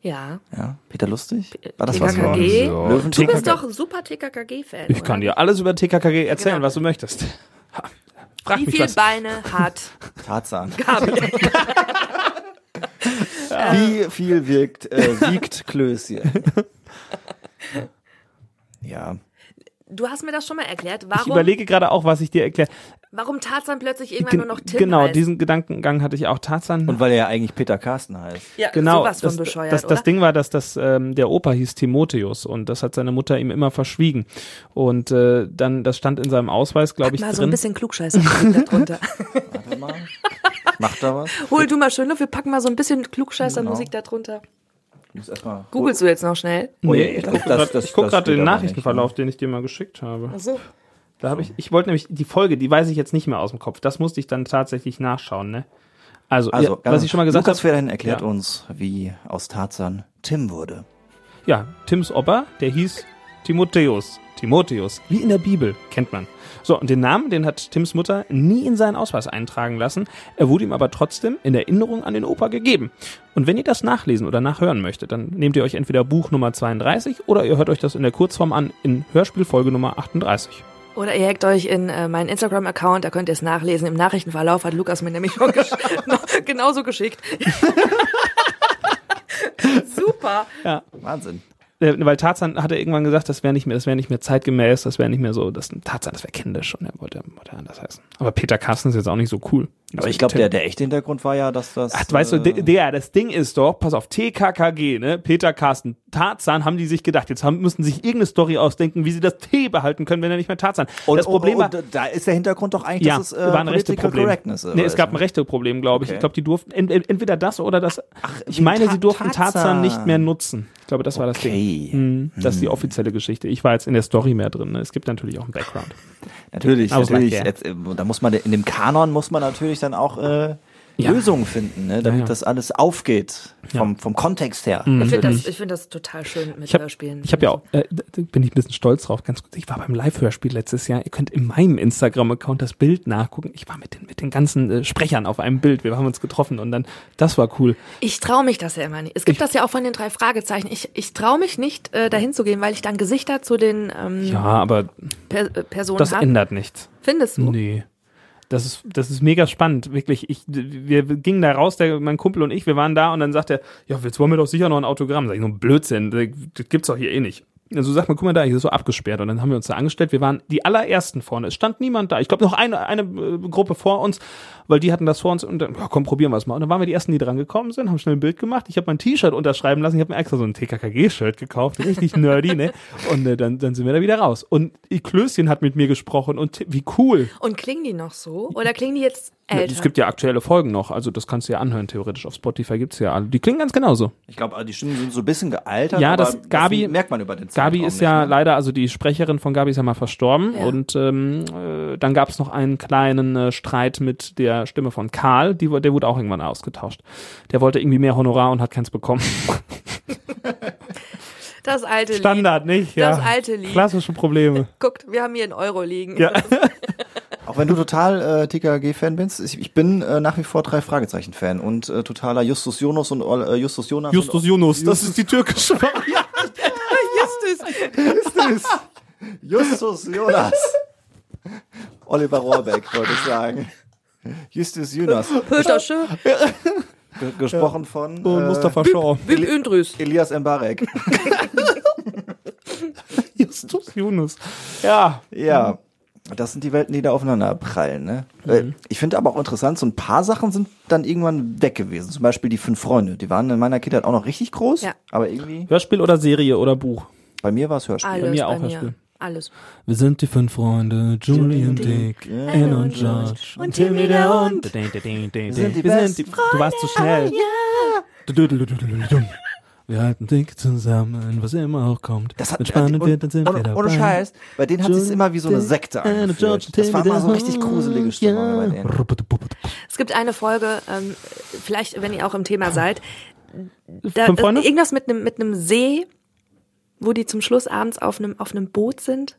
S4: Ja.
S3: Ja, Peter Lustig?
S4: TKKG?
S3: für-
S4: Du
S3: Löwen-
S4: Du bist
S3: TKKG?
S4: doch super TKKG-Fan.
S2: Ich kann dir alles über TKKG erzählen,
S4: Genau.
S2: was du möchtest. Ha, Frag
S4: Wie
S2: mich
S4: viele
S2: was.
S4: Beine hat
S3: Tarzan.
S4: Gabi?
S3: Wie viel wirkt, äh, wiegt Klößchen? ja.
S4: Du hast mir das schon mal erklärt.
S2: Ich
S4: Warum,
S2: überlege gerade auch, was ich dir erkläre.
S4: warum Tarzan plötzlich irgendwann nur noch Tim
S2: genau,
S4: heißt?
S2: diesen Gedankengang hatte ich auch. Tarzan.
S3: Und weil er ja eigentlich Peter Carsten heißt.
S4: ja,
S2: genau,
S4: Also sowas von
S2: das,
S4: bescheuert,
S2: das, das
S4: oder?
S2: Ding war, dass das, ähm, der Opa hieß Timotheus und das hat seine Mutter ihm immer verschwiegen. Und äh, dann, das stand in seinem Ausweis, glaube ich,
S4: mal
S2: drin.
S4: so ein bisschen Klugscheißer da drunter.
S3: Warte mal. Macht da was?
S4: Hol du mal schön, Luft, wir packen mal so ein bisschen Klugscheißer-Musik
S2: Genau.
S4: da drunter.
S3: Ich muss erstmal.
S4: Googlest du jetzt noch schnell?
S3: Oh,
S2: Nee,
S3: ja,
S2: ich
S3: das-
S2: gucke
S3: das-
S2: gerade
S3: das- das
S2: grad
S3: geht
S2: den
S3: aber ne?
S2: Nachrichtenverlauf, den ich dir mal geschickt habe.
S4: So.
S2: Da habe ich, ich wollte nämlich, die Folge, die weiß ich jetzt nicht mehr aus dem Kopf. Das musste ich dann tatsächlich nachschauen, ne? Also,
S3: Also,
S2: ja, was ich schon mal gesagt
S3: Lukas
S2: habe.
S3: Federhin erklärt
S2: Ja.
S3: uns, wie aus Tarzan Tim wurde.
S2: Ja, Tims Opa, der hieß Timotheus. Timotheus, wie in der Bibel, kennt man. So, und den Namen, den hat Tims Mutter nie in seinen Ausweis eintragen lassen. Er wurde ihm aber trotzdem in Erinnerung an den Opa gegeben. Und wenn ihr das nachlesen oder nachhören möchtet, dann nehmt ihr euch entweder Buch Nummer 32 oder ihr hört euch das in der Kurzform an in Hörspielfolge Nummer 38.
S4: Oder ihr hackt euch in äh, meinen Instagram-Account, da könnt ihr es nachlesen. Im Nachrichtenverlauf hat Lukas mir nämlich noch gesch noch genauso geschickt. Super.
S3: Wahnsinn.
S2: Äh, Weil Tarzan hat er irgendwann gesagt, das wäre nicht mehr, das wäre nicht mehr zeitgemäß, das wäre nicht mehr so, das Tarzan, das wäre kindisch und er wollte, wollte anders heißen. Aber Peter Carsten ist jetzt auch nicht so cool.
S3: Aber ich glaube, der, der echte Hintergrund war ja, dass das.
S2: Ach, weißt du,
S3: äh,
S2: der- der, das Ding ist doch, pass auf, TKKG, ne? Peter Carsten, Tarzan haben die sich gedacht. Jetzt haben, müssen sich irgendeine Story ausdenken, wie sie das T behalten können, wenn er nicht mehr Tarzan.
S3: und,
S2: das Problem
S3: und,
S2: war,
S3: und, da ist der Hintergrund doch eigentlich,
S2: ja,
S3: dass es äh,
S2: war ein
S3: Political
S2: Rechteproblem.
S3: Correctness
S2: Nee, es
S3: ist,
S2: gab ein
S3: ne?
S2: Rechteproblem, glaube ich.
S3: Okay.
S2: Ich glaube, die durften ent, ent- entweder das oder das. ich
S3: wie
S2: meine,
S3: Ta-
S2: sie durften Tarzan.
S3: Tarzan.
S2: nicht mehr nutzen. Ich glaube, das war das Ding.
S3: Okay. Hm.
S2: Mhm, Das ist die offizielle Geschichte. Ich war jetzt in der Story mehr drin. Ne? Es gibt natürlich auch einen Background.
S3: Natürlich,
S2: I was
S3: natürlich.
S2: like, yeah.
S3: Jetzt, äh, da muss man in dem Kanon muss man natürlich dann auch äh,
S2: Ja.
S3: Lösungen finden, ne, damit
S2: ja. Mhm.
S3: das alles aufgeht vom, vom Kontext her.
S4: Ich finde das, ich find das total schön mit
S2: Ich habe
S4: Hörspielen.
S2: hab ja auch, äh, da- da bin ich ein bisschen stolz drauf, ganz kurz. Ich war beim Live-Hörspiel letztes Jahr. Ihr könnt in meinem Instagram-Account das Bild nachgucken. Ich war mit den, mit den ganzen äh, Sprechern auf einem Bild. Wir haben uns getroffen und dann, das war cool.
S4: Ich traue mich das ja immer nicht. Es gibt das ja auch von den drei Fragezeichen. Ich, ich traue mich nicht, äh, dahin zu gehen, weil ich dann Gesichter zu den ähm,
S2: Ja, aber
S4: per äh, Personen
S2: das
S4: habe.
S2: ändert nichts.
S4: Findest du?
S2: Nee. Das ist, das ist mega spannend, wirklich. Ich, wir gingen da raus, der, mein Kumpel und ich, wir waren da und dann sagt er, ja, jetzt wollen wir doch sicher noch ein Autogramm. Sag ich, so ein Blödsinn, das gibt's doch hier eh nicht. Also sagt man, guck mal da, hier ist so abgesperrt. Und dann haben wir uns da angestellt. Wir waren die allerersten vorne. Es stand niemand da. Ich glaube, noch eine, eine äh, Gruppe vor uns, weil die hatten das vor uns. Und dann, ja, komm, probieren wir es mal. Und dann waren wir die ersten, die dran gekommen sind, haben schnell ein Bild gemacht. Ich habe mein T-Shirt unterschreiben lassen. Ich habe mir extra so ein TKKG-Shirt gekauft. Richtig nerdy, ne? Und äh, dann, dann sind wir da wieder raus. Und Klößchen hat mit mir gesprochen. Und t- wie cool.
S4: Und klingen die noch so? Oder klingen die jetzt älter?
S2: Es gibt ja aktuelle Folgen noch, also das kannst du ja anhören, theoretisch. Auf Spotify gibt's ja alle. Die klingen ganz genauso.
S3: Ich glaube, die Stimmen sind so ein bisschen gealtert.
S2: Ja,
S3: aber
S2: Also das- Gabi-
S3: merkt man über den Zeitraum
S2: Gabi ist
S3: nicht,
S2: ja
S3: ne?
S2: leider, also die Sprecherin von Gabi ist ja mal verstorben
S4: Ja.
S2: und ähm, äh, dann gab's noch einen kleinen äh, Streit mit der Stimme von Karl, die, wu- der wurde auch irgendwann ausgetauscht. Der wollte irgendwie mehr Honorar und hat keins bekommen.
S4: das alte
S2: Standard, nicht? Ja.
S4: Das alte Lied.
S2: Klassische Probleme.
S4: Lied. Guckt, wir haben hier einen Euro liegen.
S2: Ja.
S3: Auch wenn du total äh, TKG-Fan bist, ich, ich bin äh, nach wie vor drei Fragezeichen-Fan und äh, totaler Justus Jonas und Ol- äh, Justus Jonas.
S2: Justus Yunus, das ist die türkische Variante.
S3: und, Jonas. Justus Jonas. Oliver Rohrbeck, wollte ich sagen. Justus Jonas.
S4: Hört das schön?
S3: Ge- Gesprochen von
S2: Und
S3: äh,
S2: Mustafa Shaw.
S4: Wim Öndrüs.
S3: Elias Mbarek.
S2: Justus Yunus. Ja.
S3: Ja. Das sind die Welten, die da aufeinander prallen. Ne? Äh,
S2: Mhm.
S3: Ich finde aber auch interessant, so ein paar Sachen sind dann irgendwann weg gewesen. Zum Beispiel die fünf Freunde. Die waren in meiner Kindheit auch noch richtig groß,
S4: Ja.
S3: aber irgendwie
S2: Hörspiel oder Serie oder Buch?
S3: bei mir war es Hörspiel.
S4: Alles
S2: mir auch
S4: bei
S2: Hörspiel.
S4: mir. Alles.
S2: Wir sind die fünf Freunde, Julian Dick, Anne und George und Timmy der Hund. Wir
S3: sind die besten
S2: Du warst zu schnell. Dudududududum. Wir halten dick zusammen, was immer auch kommt.
S3: Das hat äh,
S2: Wenn
S3: halt
S2: spannend
S3: und-
S2: wird, dann sind wir
S3: ohne,
S2: dabei.
S3: ohne Scheiß, bei denen hat sich
S2: Julian
S3: immer wie so eine
S2: Dick,
S3: Sekte
S2: Anne und George
S3: angefühlt.
S2: und
S3: Das war
S2: Timmy
S3: mal so
S2: der
S3: richtig
S2: Hund.
S3: gruselige Stimmung bei denen.
S4: Es gibt eine Folge, ähm, vielleicht, wenn ihr auch im Thema seid, da, äh,
S2: Fünf Freunde?
S4: irgendwas mit einem mit einem See, wo die zum Schluss abends auf einem auf einem Boot sind.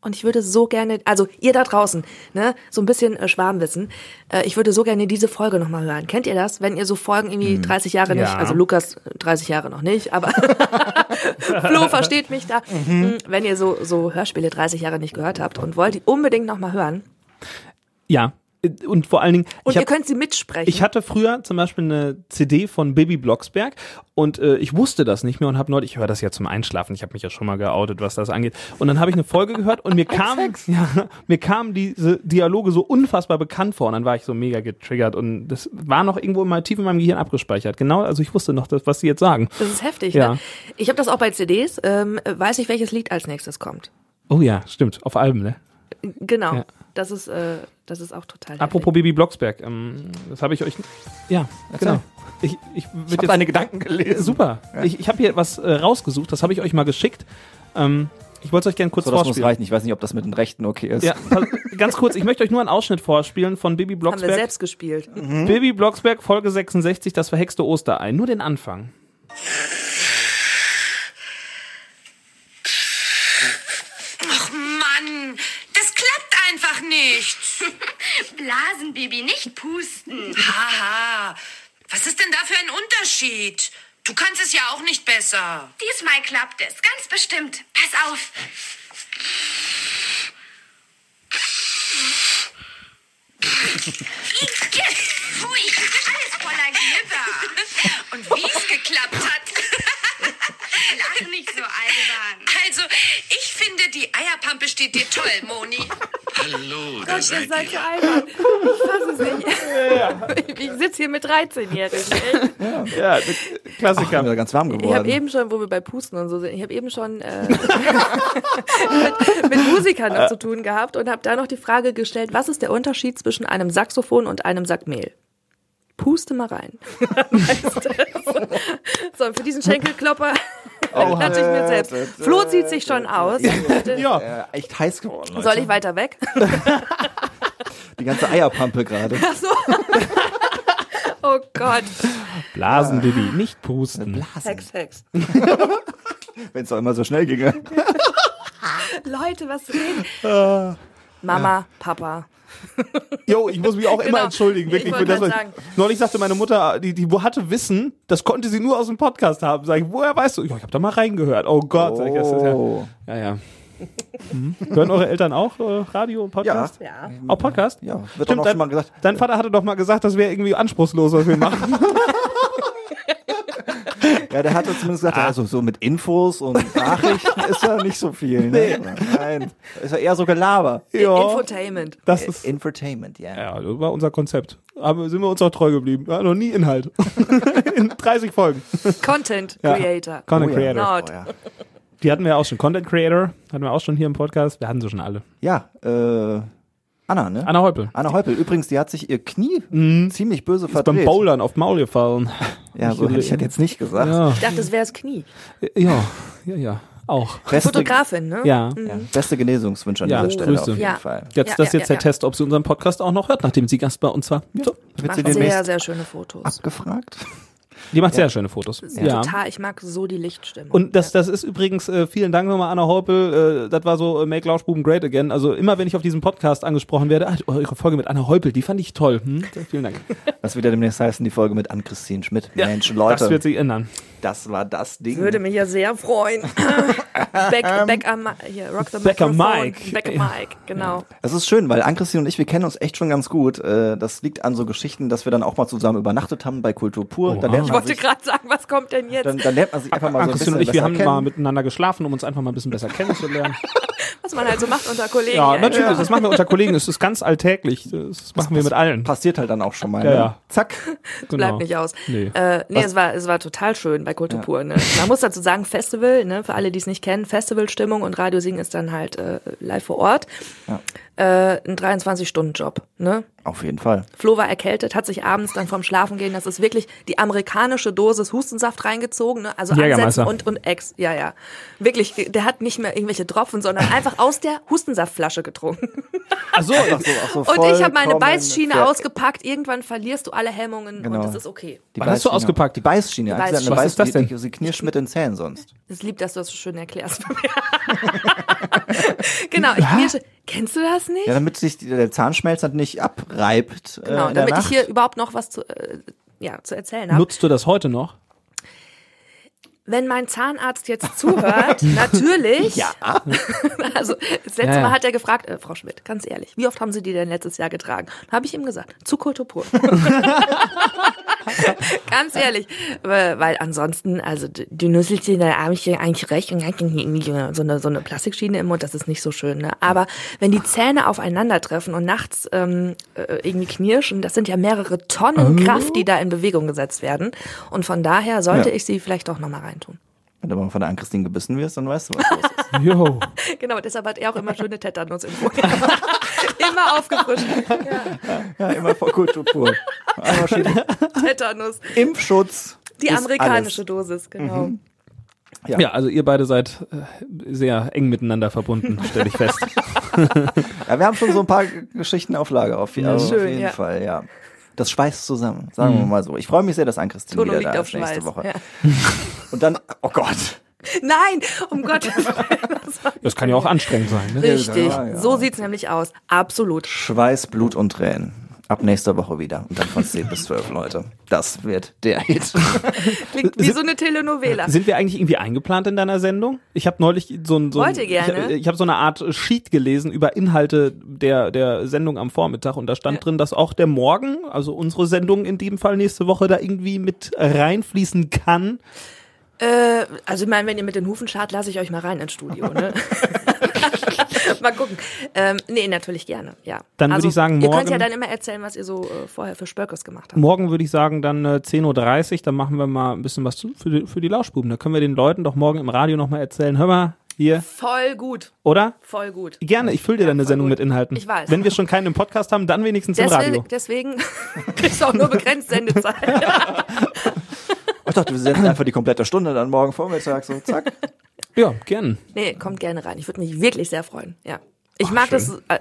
S4: Und ich würde so gerne, also ihr da draußen, ne, so ein bisschen äh, Schwarmwissen, äh, ich würde so gerne diese Folge nochmal hören. Kennt ihr das? Wenn ihr so Folgen irgendwie 30 Jahre nicht,
S2: Hm. Ja.
S4: also Lukas äh, 30 Jahre noch nicht, aber Flo versteht mich da.
S2: Mhm.
S4: Hm, Wenn ihr so, so Hörspiele 30 Jahre nicht gehört habt und wollt die unbedingt nochmal hören
S2: Ja, und vor allen Dingen,
S4: und
S2: ich
S4: ihr
S2: hab,
S4: könnt sie mitsprechen.
S2: Ich hatte früher zum Beispiel eine CD von Bibi Blocksberg und äh, ich wusste das nicht mehr und habe neulich, ich höre das ja zum Einschlafen, ich habe mich ja schon mal geoutet, was das angeht. Und dann habe ich eine Folge gehört und mir kam, ja, mir kamen diese Dialoge so unfassbar bekannt vor und dann war ich so mega getriggert und das war noch irgendwo immer tief in meinem Gehirn abgespeichert. Genau, also ich wusste noch, das, was sie jetzt sagen.
S4: Das ist heftig,
S2: Ja.
S4: ne? Ich habe das auch bei CDs. Ähm, weiß ich, welches Lied als nächstes kommt.
S2: Oh ja, stimmt, auf Alben, ne?
S4: Genau.
S2: Ja.
S4: Das ist, äh, das ist auch total
S2: Apropos Bibi Blocksberg, ähm, das habe ich euch, ja, genau. Ich, ich, würd
S3: Ich habe
S2: jetzt- Äh,
S3: deine Gedanken gelesen.
S2: Super. Ich, ich habe hier was äh, rausgesucht, das habe ich euch mal geschickt. Ähm, ich wollte es euch gerne kurz
S3: So, das muss
S2: vorspielen.
S3: reichen. Ich weiß nicht, ob das mit den Rechten okay ist.
S2: Ja, pass- ganz kurz, ich möchte euch nur einen Ausschnitt vorspielen von Bibi
S4: heftig. Haben wir
S2: Blocksberg.
S4: selbst gespielt. Oh,
S2: Bibi Blocksberg, Folge 66, das verhexte Osterei. Nur den Anfang.
S6: Mann, das klappt einfach nicht.
S7: Blasenbaby, nicht pusten.
S6: Haha, was ist denn da für ein Unterschied? Du kannst es ja auch nicht besser.
S7: Diesmal klappt es, ganz bestimmt. Pass auf. Ike, Pfui, alles voller Glibber.
S6: Und wie es geklappt hat.
S7: Lach nicht so albern.
S6: Also, ich finde, die Eierpampe steht dir toll, Moni.
S8: Hallo, da seid ihr.
S4: so albern. Ich fasse es nicht. Ich sitze hier mit 13-Jährigen. echt.
S2: Ja,
S3: Ach, mir
S2: Klassiker.
S3: da ganz warm geworden.
S4: Ich habe eben schon, wo wir bei Pusten und so sind, ich habe eben schon äh, mit, mit Musikern noch zu tun gehabt und habe da noch die Frage gestellt, was ist der Unterschied zwischen einem Saxophon und einem Sack Mehl? Puste mal rein. so, und für diesen Schenkelklopper
S3: Oh,
S4: hatte ich mir selbst. Flo zieht sich schon aus.
S2: Ja.
S3: äh, echt heiß geworden. Leute.
S4: Soll ich weiter weg?
S3: Die ganze Eierpampe gerade.
S4: Achso. Oh Gott.
S2: Blasen, Bibi, nicht pusten.
S4: Hex, Hex.
S3: Wenn es doch immer so schnell ginge.
S4: Leute, was reden?
S2: Ah.
S4: Mama, Papa.
S2: Jo, ich muss mich auch
S4: Genau. Ich wollte
S2: für das,
S4: gerade
S2: was- Neulich sagte meine Mutter, die, die hatte Wissen, das konnte sie nur aus dem Podcast haben. Sag ich, woher weißt du? Ja, ich habe da mal reingehört. Oh Gott. Sag ich, das ist ja,
S3: Oh.
S2: Ja, ja. Mhm. Hören eure Eltern auch äh, Radio und Podcast?
S4: Ja.
S2: Auch Podcast?
S3: Ja, wird doch noch schon mal gesagt.
S2: Dein Vater hatte doch mal gesagt, das wäre irgendwie anspruchslos, was wir machen.
S3: Ja, der hat uns zumindest gesagt, also so mit Infos und Nachrichten ist ja nicht so viel. Ne? Nein. Ist ja eher so Gelaber.
S4: Infotainment.
S2: das ist.
S3: Infotainment, ja.
S2: Ja, das war unser Konzept. Aber sind wir uns auch treu geblieben. Ja, noch nie Inhalt. In 30 Folgen.
S4: Content
S2: Ja.
S4: Creator.
S2: Content
S3: Oh ja.
S2: Creator.
S4: Not.
S3: ja.
S2: Die hatten wir auch schon. Content Creator hatten wir auch schon hier im Podcast. Wir hatten sie schon alle.
S3: Ja, äh, Anna, ne?
S2: Anna Häupel.
S3: Anna Häupel. Übrigens, die hat sich ihr Knie ziemlich böse verdreht.
S2: Mhm. Beim Bowlern auf Maul gefallen.
S3: Ja, so hätte ich das jetzt nicht gesagt.
S2: Ja,
S4: Ich dachte, das wäre das Knie.
S2: ja, ja, ja. Auch.
S3: Beste,
S4: Fotografin, ne?
S2: Ja.
S3: Ja, beste Genesungswünsche an
S2: Ja,
S3: dieser Stelle auf
S2: Grüße.
S3: jeden
S4: Ja.
S3: Fall.
S2: Jetzt,
S4: Ja,
S2: das ist
S4: ja,
S2: jetzt
S4: ja,
S2: der
S4: ja.
S2: Test, ob sie unseren Podcast auch noch hört, nachdem sie Gast war. Und zwar, so.
S3: Wird sie
S4: Macht sehr,
S3: demnächst
S4: sehr schöne Fotos.
S3: abgefragt?
S2: die macht sehr schöne Fotos. Ja.
S4: Total, ich mag so die Lichtstimmung.
S2: Und das, das ist übrigens, äh, vielen Dank nochmal, Anna Häupel. Äh, das war so äh, Make Lauschbuben Great Again. Also immer, wenn ich auf diesem Podcast angesprochen werde, ah, eure Folge mit Anna Häupel, die fand ich toll. Hm? Vielen Dank.
S3: Was wieder demnächst heißen, die Folge mit Ann-Christine Schmidt. Mensch, Leute,
S2: Das wird sich ändern.
S3: das war das Ding.
S4: würde mich ja sehr freuen. back, back am Mi- hier, Rock the
S2: Back am
S4: Microphone.
S2: Mic.
S4: Back am Mic, genau.
S3: Es ist schön, weil Ann-Christine und ich, wir kennen uns echt schon ganz gut. Äh, Das liegt an so Geschichten, dass wir dann auch mal zusammen übernachtet haben bei Kultur pur. da lernt
S4: wollte
S3: sich-
S4: gerade sagen, was kommt denn jetzt?
S3: Dann, dann lernt man sich einfach mal so ein
S2: Christine
S3: bisschen
S2: und ich, wir
S3: besser
S2: haben
S3: kennen.
S2: mal miteinander geschlafen, um uns einfach mal ein bisschen besser kennenzulernen.
S4: was man halt so macht unter Kollegen.
S2: ja,
S4: ey.
S2: natürlich, das machen wir unter Kollegen, es ist ganz alltäglich, das machen wir mit allen.
S3: Passiert halt dann auch schon mal.
S2: Ja,
S3: ne?
S2: ja. Genau.
S3: Zack.
S4: Bleibt
S3: Genau.
S4: nicht aus.
S2: Nee.
S4: Äh, nee es, war, es war total schön bei Kultur pur. Ne? Man muss dazu sagen, Festival, ne, für alle, die es nicht kennen, Festivalstimmung und Radio Singen ist dann halt äh, live vor Ort. Äh, ein 23-Stunden-Job. Ne?
S3: Auf jeden Fall.
S4: Flo war erkältet, hat sich abends dann vom Schlafen gehen, das ist wirklich die amerikanische Dosis Hustensaft reingezogen, ne? also
S2: Jägermeister.
S4: Ansetzen und, und Ex, ja, ja. Wirklich, der hat nicht mehr irgendwelche Tropfen, sondern einfach aus der Hustensaftflasche getrunken.
S2: Ach so, äh,
S3: Ach so, ach so,
S4: Und ich habe meine
S3: vollkommen
S4: Beißschiene
S3: ver-
S4: ausgepackt, irgendwann verlierst du alle Hemmungen
S3: Genau.
S4: und es ist okay.
S3: Die
S2: Was hast du
S3: Beißschiene.
S2: ausgepackt?
S3: Die Beißschiene. Die
S4: Beißschiene.
S3: Beißschiene.
S2: Was ist das denn?
S3: Die, die knirscht mit den Zähnen sonst.
S4: Es ist lieb, dass du das so schön erklärst. genau, ich knirsche. Kennst du das nicht?
S3: Ja, damit sich die, der Zahnschmelz halt nicht abreibt.
S4: genau,
S3: äh, in der
S4: damit
S3: Nacht.
S4: ich hier überhaupt noch was zu, äh, ja, zu erzählen habe.
S2: nutzt du das heute noch?
S4: Wenn mein Zahnarzt jetzt zuhört, natürlich. Ja. Also das letzte
S2: Ja, ja.
S4: Mal hat er gefragt, äh, Frau Schmidt, ganz ehrlich, wie oft haben Sie die denn letztes Jahr getragen? Habe ich ihm gesagt, zu Kulturpur. ganz ehrlich, weil, weil ansonsten, also d- die Nüsselchen, da habe ich hier eigentlich recht und so eine, so eine Plastikschiene im Mund, das ist nicht so schön. Ne? Aber wenn die Zähne aufeinandertreffen und nachts ähm, äh, irgendwie knirschen, das sind ja mehrere Tonnen Kraft, die da in Bewegung gesetzt werden. Und von daher sollte
S3: Ja.
S4: ich sie vielleicht auch nochmal reintun.
S3: Wenn du mal von der Ann-Christine gebissen wirst, dann weißt du, was los ist.
S2: Jo.
S4: Genau, deshalb hat er auch immer schöne Tetanus im Mund. immer aufgefrischt.
S3: Ja, immer vor Kultur pur. Einmal schön
S4: Tetanus.
S3: Impfschutz.
S4: Die
S3: ist
S4: amerikanische
S3: Alles. Mhm.
S4: Dosis, genau.
S3: Ja.
S2: Ja, also ihr beide seid äh, sehr eng miteinander verbunden, stelle ich fest.
S3: Ja, wir haben schon so ein paar Geschichten auf Lager. Auf, also auf
S4: schön,
S3: jeden
S4: ja.
S3: Fall, ja. Mhm. Das schweißt zusammen, sagen wir mal so. Ich freue mich sehr, dass Ann-Christine
S4: Tonum
S3: wieder
S4: liegt
S3: da
S4: auf
S3: ist nächste
S4: Schweiß.
S3: Woche.
S4: Ja.
S3: Und dann, oh Gott.
S4: Nein, um Gottes Willen. Das war
S2: Das kann ja auch anstrengend sein, ne?
S4: Richtig,
S3: Ja, ja.
S4: so sieht's nämlich aus. Absolut.
S3: Schweiß, Blut und Tränen. Ab nächster Woche wieder. Und dann von 10 bis 12, Leute. Das wird der Hit.
S4: Klingt wie so eine Telenovela.
S2: Sind wir eigentlich irgendwie eingeplant in deiner Sendung? Ich habe neulich so ein, so ein
S4: Heute gerne.
S2: ich, ich habe so eine Art Sheet gelesen über Inhalte der der Sendung am Vormittag und da stand drin, dass auch der Morgen, also unsere Sendung in dem Fall nächste Woche da irgendwie mit reinfließen kann.
S4: Äh, also ich meine, wenn ihr mit den Hufen schart, lasse ich euch mal rein ins Studio. Ne? mal gucken. Ähm, nee, natürlich gerne. Ja.
S2: Dann würde
S4: also,
S2: ich sagen,
S4: Ihr könnt ja
S2: morgen-
S4: dann immer erzählen, was ihr so äh, vorher für Spökes gemacht habt.
S2: Morgen würde ich sagen dann äh, 10:30 Uhr, dann machen wir mal ein bisschen was zu- für die, für die Lauschbuben. Da können wir den Leuten doch morgen im Radio noch mal erzählen. Hör mal hier,
S4: Voll gut,
S2: oder?
S4: voll gut.
S2: Gerne, ich fülle dir deine Sendung mit Inhalten.
S4: Ich weiß.
S2: Wenn wir schon keinen im Podcast haben, dann wenigstens im Radio.
S4: Deswegen, deswegen kriegst du auch nur begrenzt Sendezeit.
S3: Ich dachte, wir senden einfach die komplette Stunde dann morgen Vormittag. So, zack.
S2: Ja, gern.
S4: Nee, kommt gerne rein. Ich würde mich wirklich sehr freuen. Ja. Ich mag das. Äh,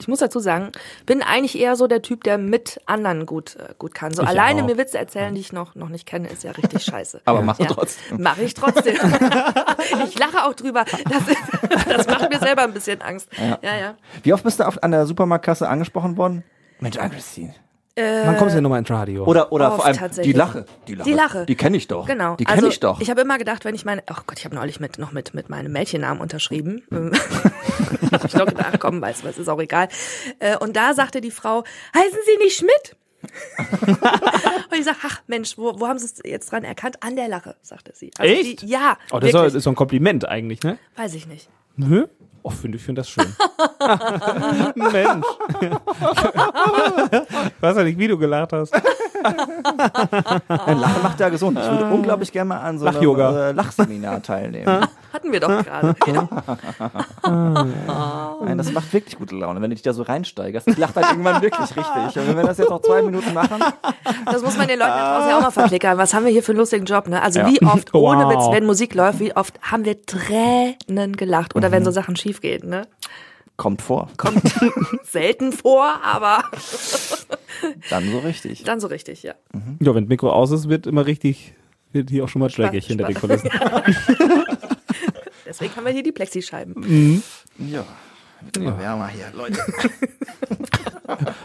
S4: ich muss dazu sagen, bin eigentlich eher so der Typ, der mit anderen gut, äh, gut kann. So
S2: Ich
S4: alleine
S2: auch.
S4: mir Witze erzählen, die ich noch, noch nicht kenne, ist ja richtig scheiße.
S3: Aber machst du
S4: ja.
S3: trotzdem.
S4: Mache ich trotzdem. ich lache auch drüber. Das, das macht mir selber ein bisschen Angst. Ja, ja.
S3: Wie oft bist du auf, an der Supermarktkasse angesprochen worden? Mensch, Ann-Christine.
S2: Wann kommst du denn nochmal ins Radio?
S3: Oder, oder
S4: Oft
S3: vor allem die
S4: tatsächlich.
S3: Lache. Die Lache.
S4: Die Lache.
S3: Die kenne ich doch.
S4: Genau.
S3: Die kenne
S4: also,
S3: ich doch.
S4: Ich habe immer gedacht, wenn ich meine, ach Gott, ich habe neulich mit, noch mit, mit meinem Mädchennamen unterschrieben. Ähm, hab ich doch gedacht, komm, weißt du was, ist auch egal. Äh, Und da sagte die Frau, heißen Sie nicht Schmidt? und ich sag, ach Mensch, wo, wo haben Sie es jetzt dran erkannt? An der Lache, sagte sie. Also
S2: Echt?
S4: Die, ja,
S2: Oh, das ist, doch- das
S4: wirklich,
S2: ist so ein Kompliment eigentlich, ne?
S4: weiß ich nicht.
S2: Nö. Oh, finde ich finde das schön. Mensch. ich weiß ja nicht, wie du gelacht hast.
S3: Nein, Lachen macht ja gesund. Ich
S4: Ah.
S3: würde unglaublich gerne mal an so einem
S2: Lach-Yoga.
S3: äh, Lachseminar teilnehmen.
S4: Hatten wir doch gerade. Ja.
S3: Nein, das macht wirklich gute Laune, wenn du dich da so reinsteigerst. Ich lache dann irgendwann wirklich richtig. Und wenn wir das jetzt noch zwei Minuten machen,
S4: Das muss man den Leuten da draußen ja auch mal verklickern. Was haben wir hier für einen lustigen Job, ne? Also
S3: Ja.
S4: wie oft,
S2: Wow.
S4: ohne Witz, wenn Musik läuft, wie oft haben wir Tränen gelacht oder wenn so Sachen schief gehen, ne?
S3: kommt vor.
S4: kommt selten vor, aber
S3: Dann so richtig.
S4: dann so richtig, ja.
S2: Ja, wenn das Mikro aus ist, wird immer richtig, wird hier auch schon mal schlägig hinter den Kulissen.
S4: Deswegen haben wir hier die Plexischeiben.
S3: Ja. Wird immer wärmer hier, Leute.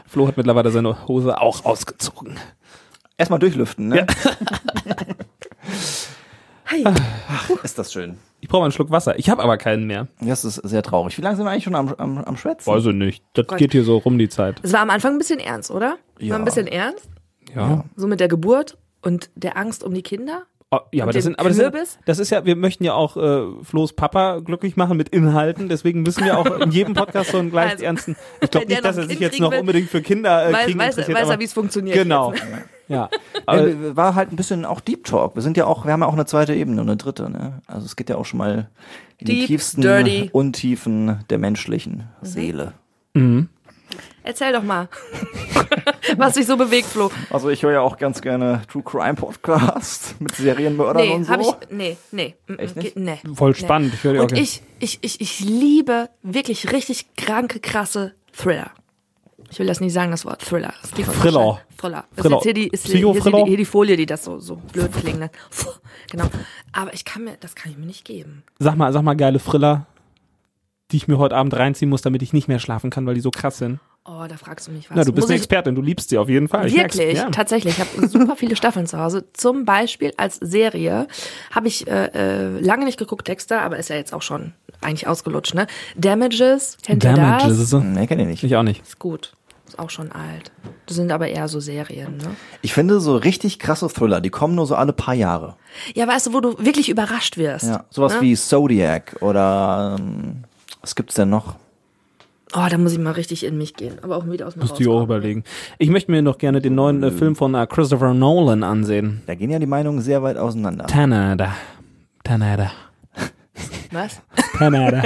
S2: Flo hat mittlerweile seine Hose auch ausgezogen.
S3: Erstmal durchlüften, ne? Ah. Ach, ist das schön.
S2: Ich brauche einen Schluck Wasser. Ich habe aber keinen mehr.
S3: Das ist sehr traurig. Wie lange sind wir eigentlich schon am, am, am Schwätzen?
S2: Weiß ich nicht. Das geht hier so rum die Zeit.
S4: Es war am Anfang ein bisschen ernst, oder?
S3: Ja.
S4: War ein bisschen ernst,
S2: Ja.
S4: so mit der Geburt und der Angst um die Kinder.
S2: Oh, ja, aber
S4: dem
S2: das sind, aber das, sind,
S4: Kürbis?
S2: das ist ja, wir möchten ja auch äh, Flo's Papa glücklich machen mit Inhalten, deswegen müssen wir auch in jedem Podcast so einen gleich
S4: Also,
S2: ernsten. Ich glaube
S4: wenn der
S2: nicht, dass
S4: noch
S2: er sich
S4: ein Kind
S2: jetzt
S4: kriegen
S2: noch
S4: will,
S2: unbedingt für Kinder äh,
S4: Weiß,
S2: kriegen
S4: weiß,
S2: interessiert.
S4: weiß er,
S2: aber-
S4: wie es funktioniert.
S2: Genau. Ja. Aber,
S3: Äh, war halt ein bisschen auch Deep Talk. Wir sind ja auch, wir haben ja auch eine zweite Ebene und eine dritte. Ne? Also es geht ja auch schon mal in die
S4: Deep,
S3: tiefsten
S4: dirty. Mhm.
S3: Untiefen der menschlichen Seele.
S4: Erzähl doch mal, was dich so bewegt, Flo.
S3: Also ich höre ja auch ganz gerne True Crime Podcasts mit Serienmördern
S4: Nee,
S3: und so.
S4: hab ich, nee, nee, mm, mm,
S3: Echt nicht?
S4: geht- nee.
S2: Voll spannend, ich
S4: Nee.
S2: höre die auch
S4: Und
S2: gerne.
S4: ich, ich, ich, ich liebe wirklich richtig kranke, krasse Thriller. Ich will das nicht sagen, das Wort Thriller. Es klingt
S2: Thriller.
S4: falsch. ne? Thriller. Das
S2: Thriller.
S4: ist jetzt hier die, ist hier,
S2: Psycho-Thriller?
S4: hier, die, hier die Folie, die das so, so blöd klingen lässt. Puh, Genau. Aber ich kann mir, das kann ich mir nicht geben.
S2: sag mal, sag mal geile Friller, die ich mir heute Abend reinziehen muss, damit ich nicht mehr schlafen kann, weil die so krass sind.
S4: Oh, da fragst du mich was.
S2: Na, du bist
S4: Muss
S2: eine
S4: ich-
S2: Expertin, du liebst sie auf jeden Fall. Ich merk's,
S4: Wirklich,
S2: ja.
S4: tatsächlich. Ich habe super viele Staffeln zu Hause. Zum Beispiel als Serie habe ich äh, äh, lange nicht geguckt, Dexter, aber ist ja jetzt auch schon eigentlich ausgelutscht, ne? Damages, kennt ihr
S2: Damages.
S4: das?
S2: Ist so.
S3: Hm, Nee, kenn ich nicht.
S2: Ich auch nicht.
S4: Ist gut. Ist auch schon alt. Das sind aber eher so Serien, ne?
S3: Ich finde so richtig krasse Thriller, die kommen nur so alle paar Jahre.
S4: Ja, weißt du, wo du wirklich überrascht wirst. ne?
S3: Ja, sowas wie Zodiac oder ähm, was gibt's denn noch?
S4: Oh, da muss ich mal richtig in mich gehen. Aber auch wieder aus mir
S2: Musst du dir auch
S4: rauskommen.
S2: überlegen. Ich möchte mir noch gerne den neuen äh, Film von äh, Christopher Nolan ansehen.
S3: Da gehen ja die Meinungen sehr weit auseinander.
S2: Tanada. Tanada.
S4: Was?
S2: Tanada.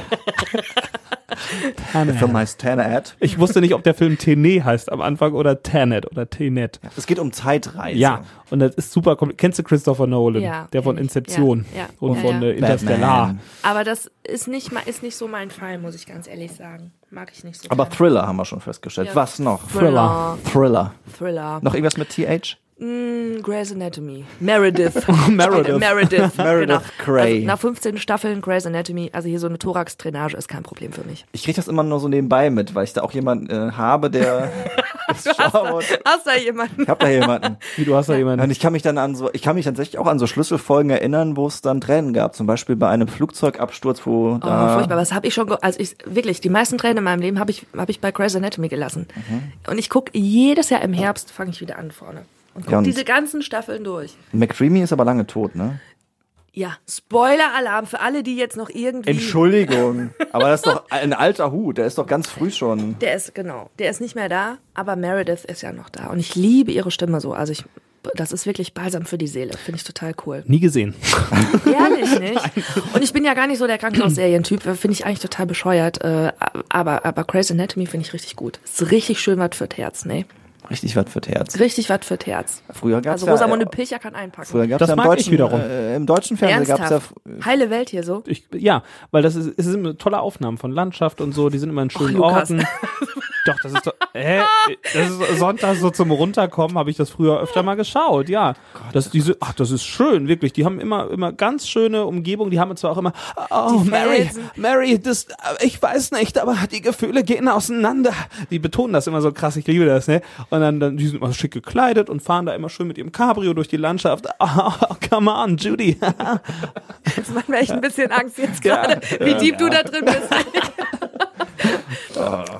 S3: Der Film heißt Tanad.
S2: Ich wusste nicht, ob der Film Tene heißt am Anfang oder Tanet oder Tenet.
S3: Es geht um Zeitreise.
S2: Ja, und das ist super kompliziert. Kennst du Christopher Nolan?
S4: Ja,
S2: der von
S4: kenn ich.
S2: Inception
S4: Ja, ja.
S2: und
S4: Ja,
S2: von
S4: ja.
S2: äh, Interstellar.
S3: Batman.
S4: Aber das ist nicht, ma- ist nicht so mein Fall, muss ich ganz ehrlich sagen. Mag ich nicht so.
S3: Aber
S4: gerne.
S3: Thriller haben wir schon festgestellt.
S4: Ja.
S3: Was noch?
S4: Thriller.
S3: Thriller.
S4: Thriller. Hm,
S3: Noch irgendwas mit TH?
S4: Grey's Anatomy. Meredith.
S2: Meredith.
S3: Meredith
S4: Meredith. genau.
S3: Grey.
S4: Also nach 15 Staffeln Grey's Anatomy, also hier so eine Thorax-Drainage ist kein Problem für mich.
S3: Ich kriege das immer nur so nebenbei mit, weil ich da auch jemanden äh, habe, der das schaut.
S4: Hast du da jemanden?
S3: Ich habe da jemanden.
S2: Wie du hast da jemanden.
S3: Und ich kann mich dann an so, ich kann mich tatsächlich auch an so Schlüsselfolgen erinnern, wo es dann Tränen gab. Zum Beispiel bei einem Flugzeugabsturz, wo
S4: Oh,
S3: da
S4: furchtbar. Was habe ich schon, ge- also ich, wirklich, die meisten Tränen in meinem Leben habe ich, hab ich bei Grey's Anatomy gelassen.
S3: Mhm.
S4: Und ich gucke jedes Jahr im Herbst, fange ich wieder an vorne. Und gucke
S3: Ja, und-
S4: diese ganzen Staffeln durch.
S3: McDreamy ist aber lange tot, ne?
S4: Ja, Spoiler-Alarm für alle, die jetzt noch irgendwie...
S3: Entschuldigung. aber das ist doch ein alter Hut, der ist doch ganz früh schon.
S4: Der ist, genau, der ist nicht mehr da, aber Meredith ist ja noch da. Und ich liebe ihre Stimme so. Also ich, das ist wirklich balsam für die Seele. Finde ich total cool.
S2: Nie gesehen.
S4: Ehrlich nicht. Und ich bin ja gar nicht so der Krankenhaus-Serientyp. Finde ich eigentlich total bescheuert. Äh, aber, aber Grey's Anatomy finde ich richtig gut. Ist richtig schön was fürs Herz, ne?
S3: Richtig was fürs Herz.
S4: Richtig was fürs Herz.
S3: Früher gab's
S4: Also
S3: ja,
S4: Rosamunde
S3: äh,
S4: Pilcher kann einpacken.
S3: Früher gab's
S2: Das
S3: ja im
S2: mag ich
S3: deutschen,
S2: wiederum.
S3: Äh, Im deutschen Fernsehen gab's
S4: Ernsthaft.
S3: ja
S4: Heile Welt hier so.
S2: Ich, ja, weil das ist, es sind immer tolle Aufnahmen von Landschaft und so, die sind immer in schönen
S4: Oh, Lukas.
S2: Orten. Doch, das ist doch, hä? Das ist Sonntag so zum Runterkommen, habe ich das früher öfter mal geschaut, ja. Das, diese, ach, das ist schön, wirklich. Die haben immer, immer ganz schöne Umgebung, die haben zwar auch immer, oh,
S4: Die
S2: Mary,
S4: Felsen.
S2: Mary, das, ich weiß nicht, aber die Gefühle gehen auseinander. Die betonen das immer so krass, ich liebe das, ne? Und dann, dann die sind immer schick gekleidet und fahren da immer schön mit ihrem Cabrio durch die Landschaft. Oh, come on, Judy.
S4: Das macht mir echt ein bisschen Angst jetzt gerade, wie deep du da drin bist.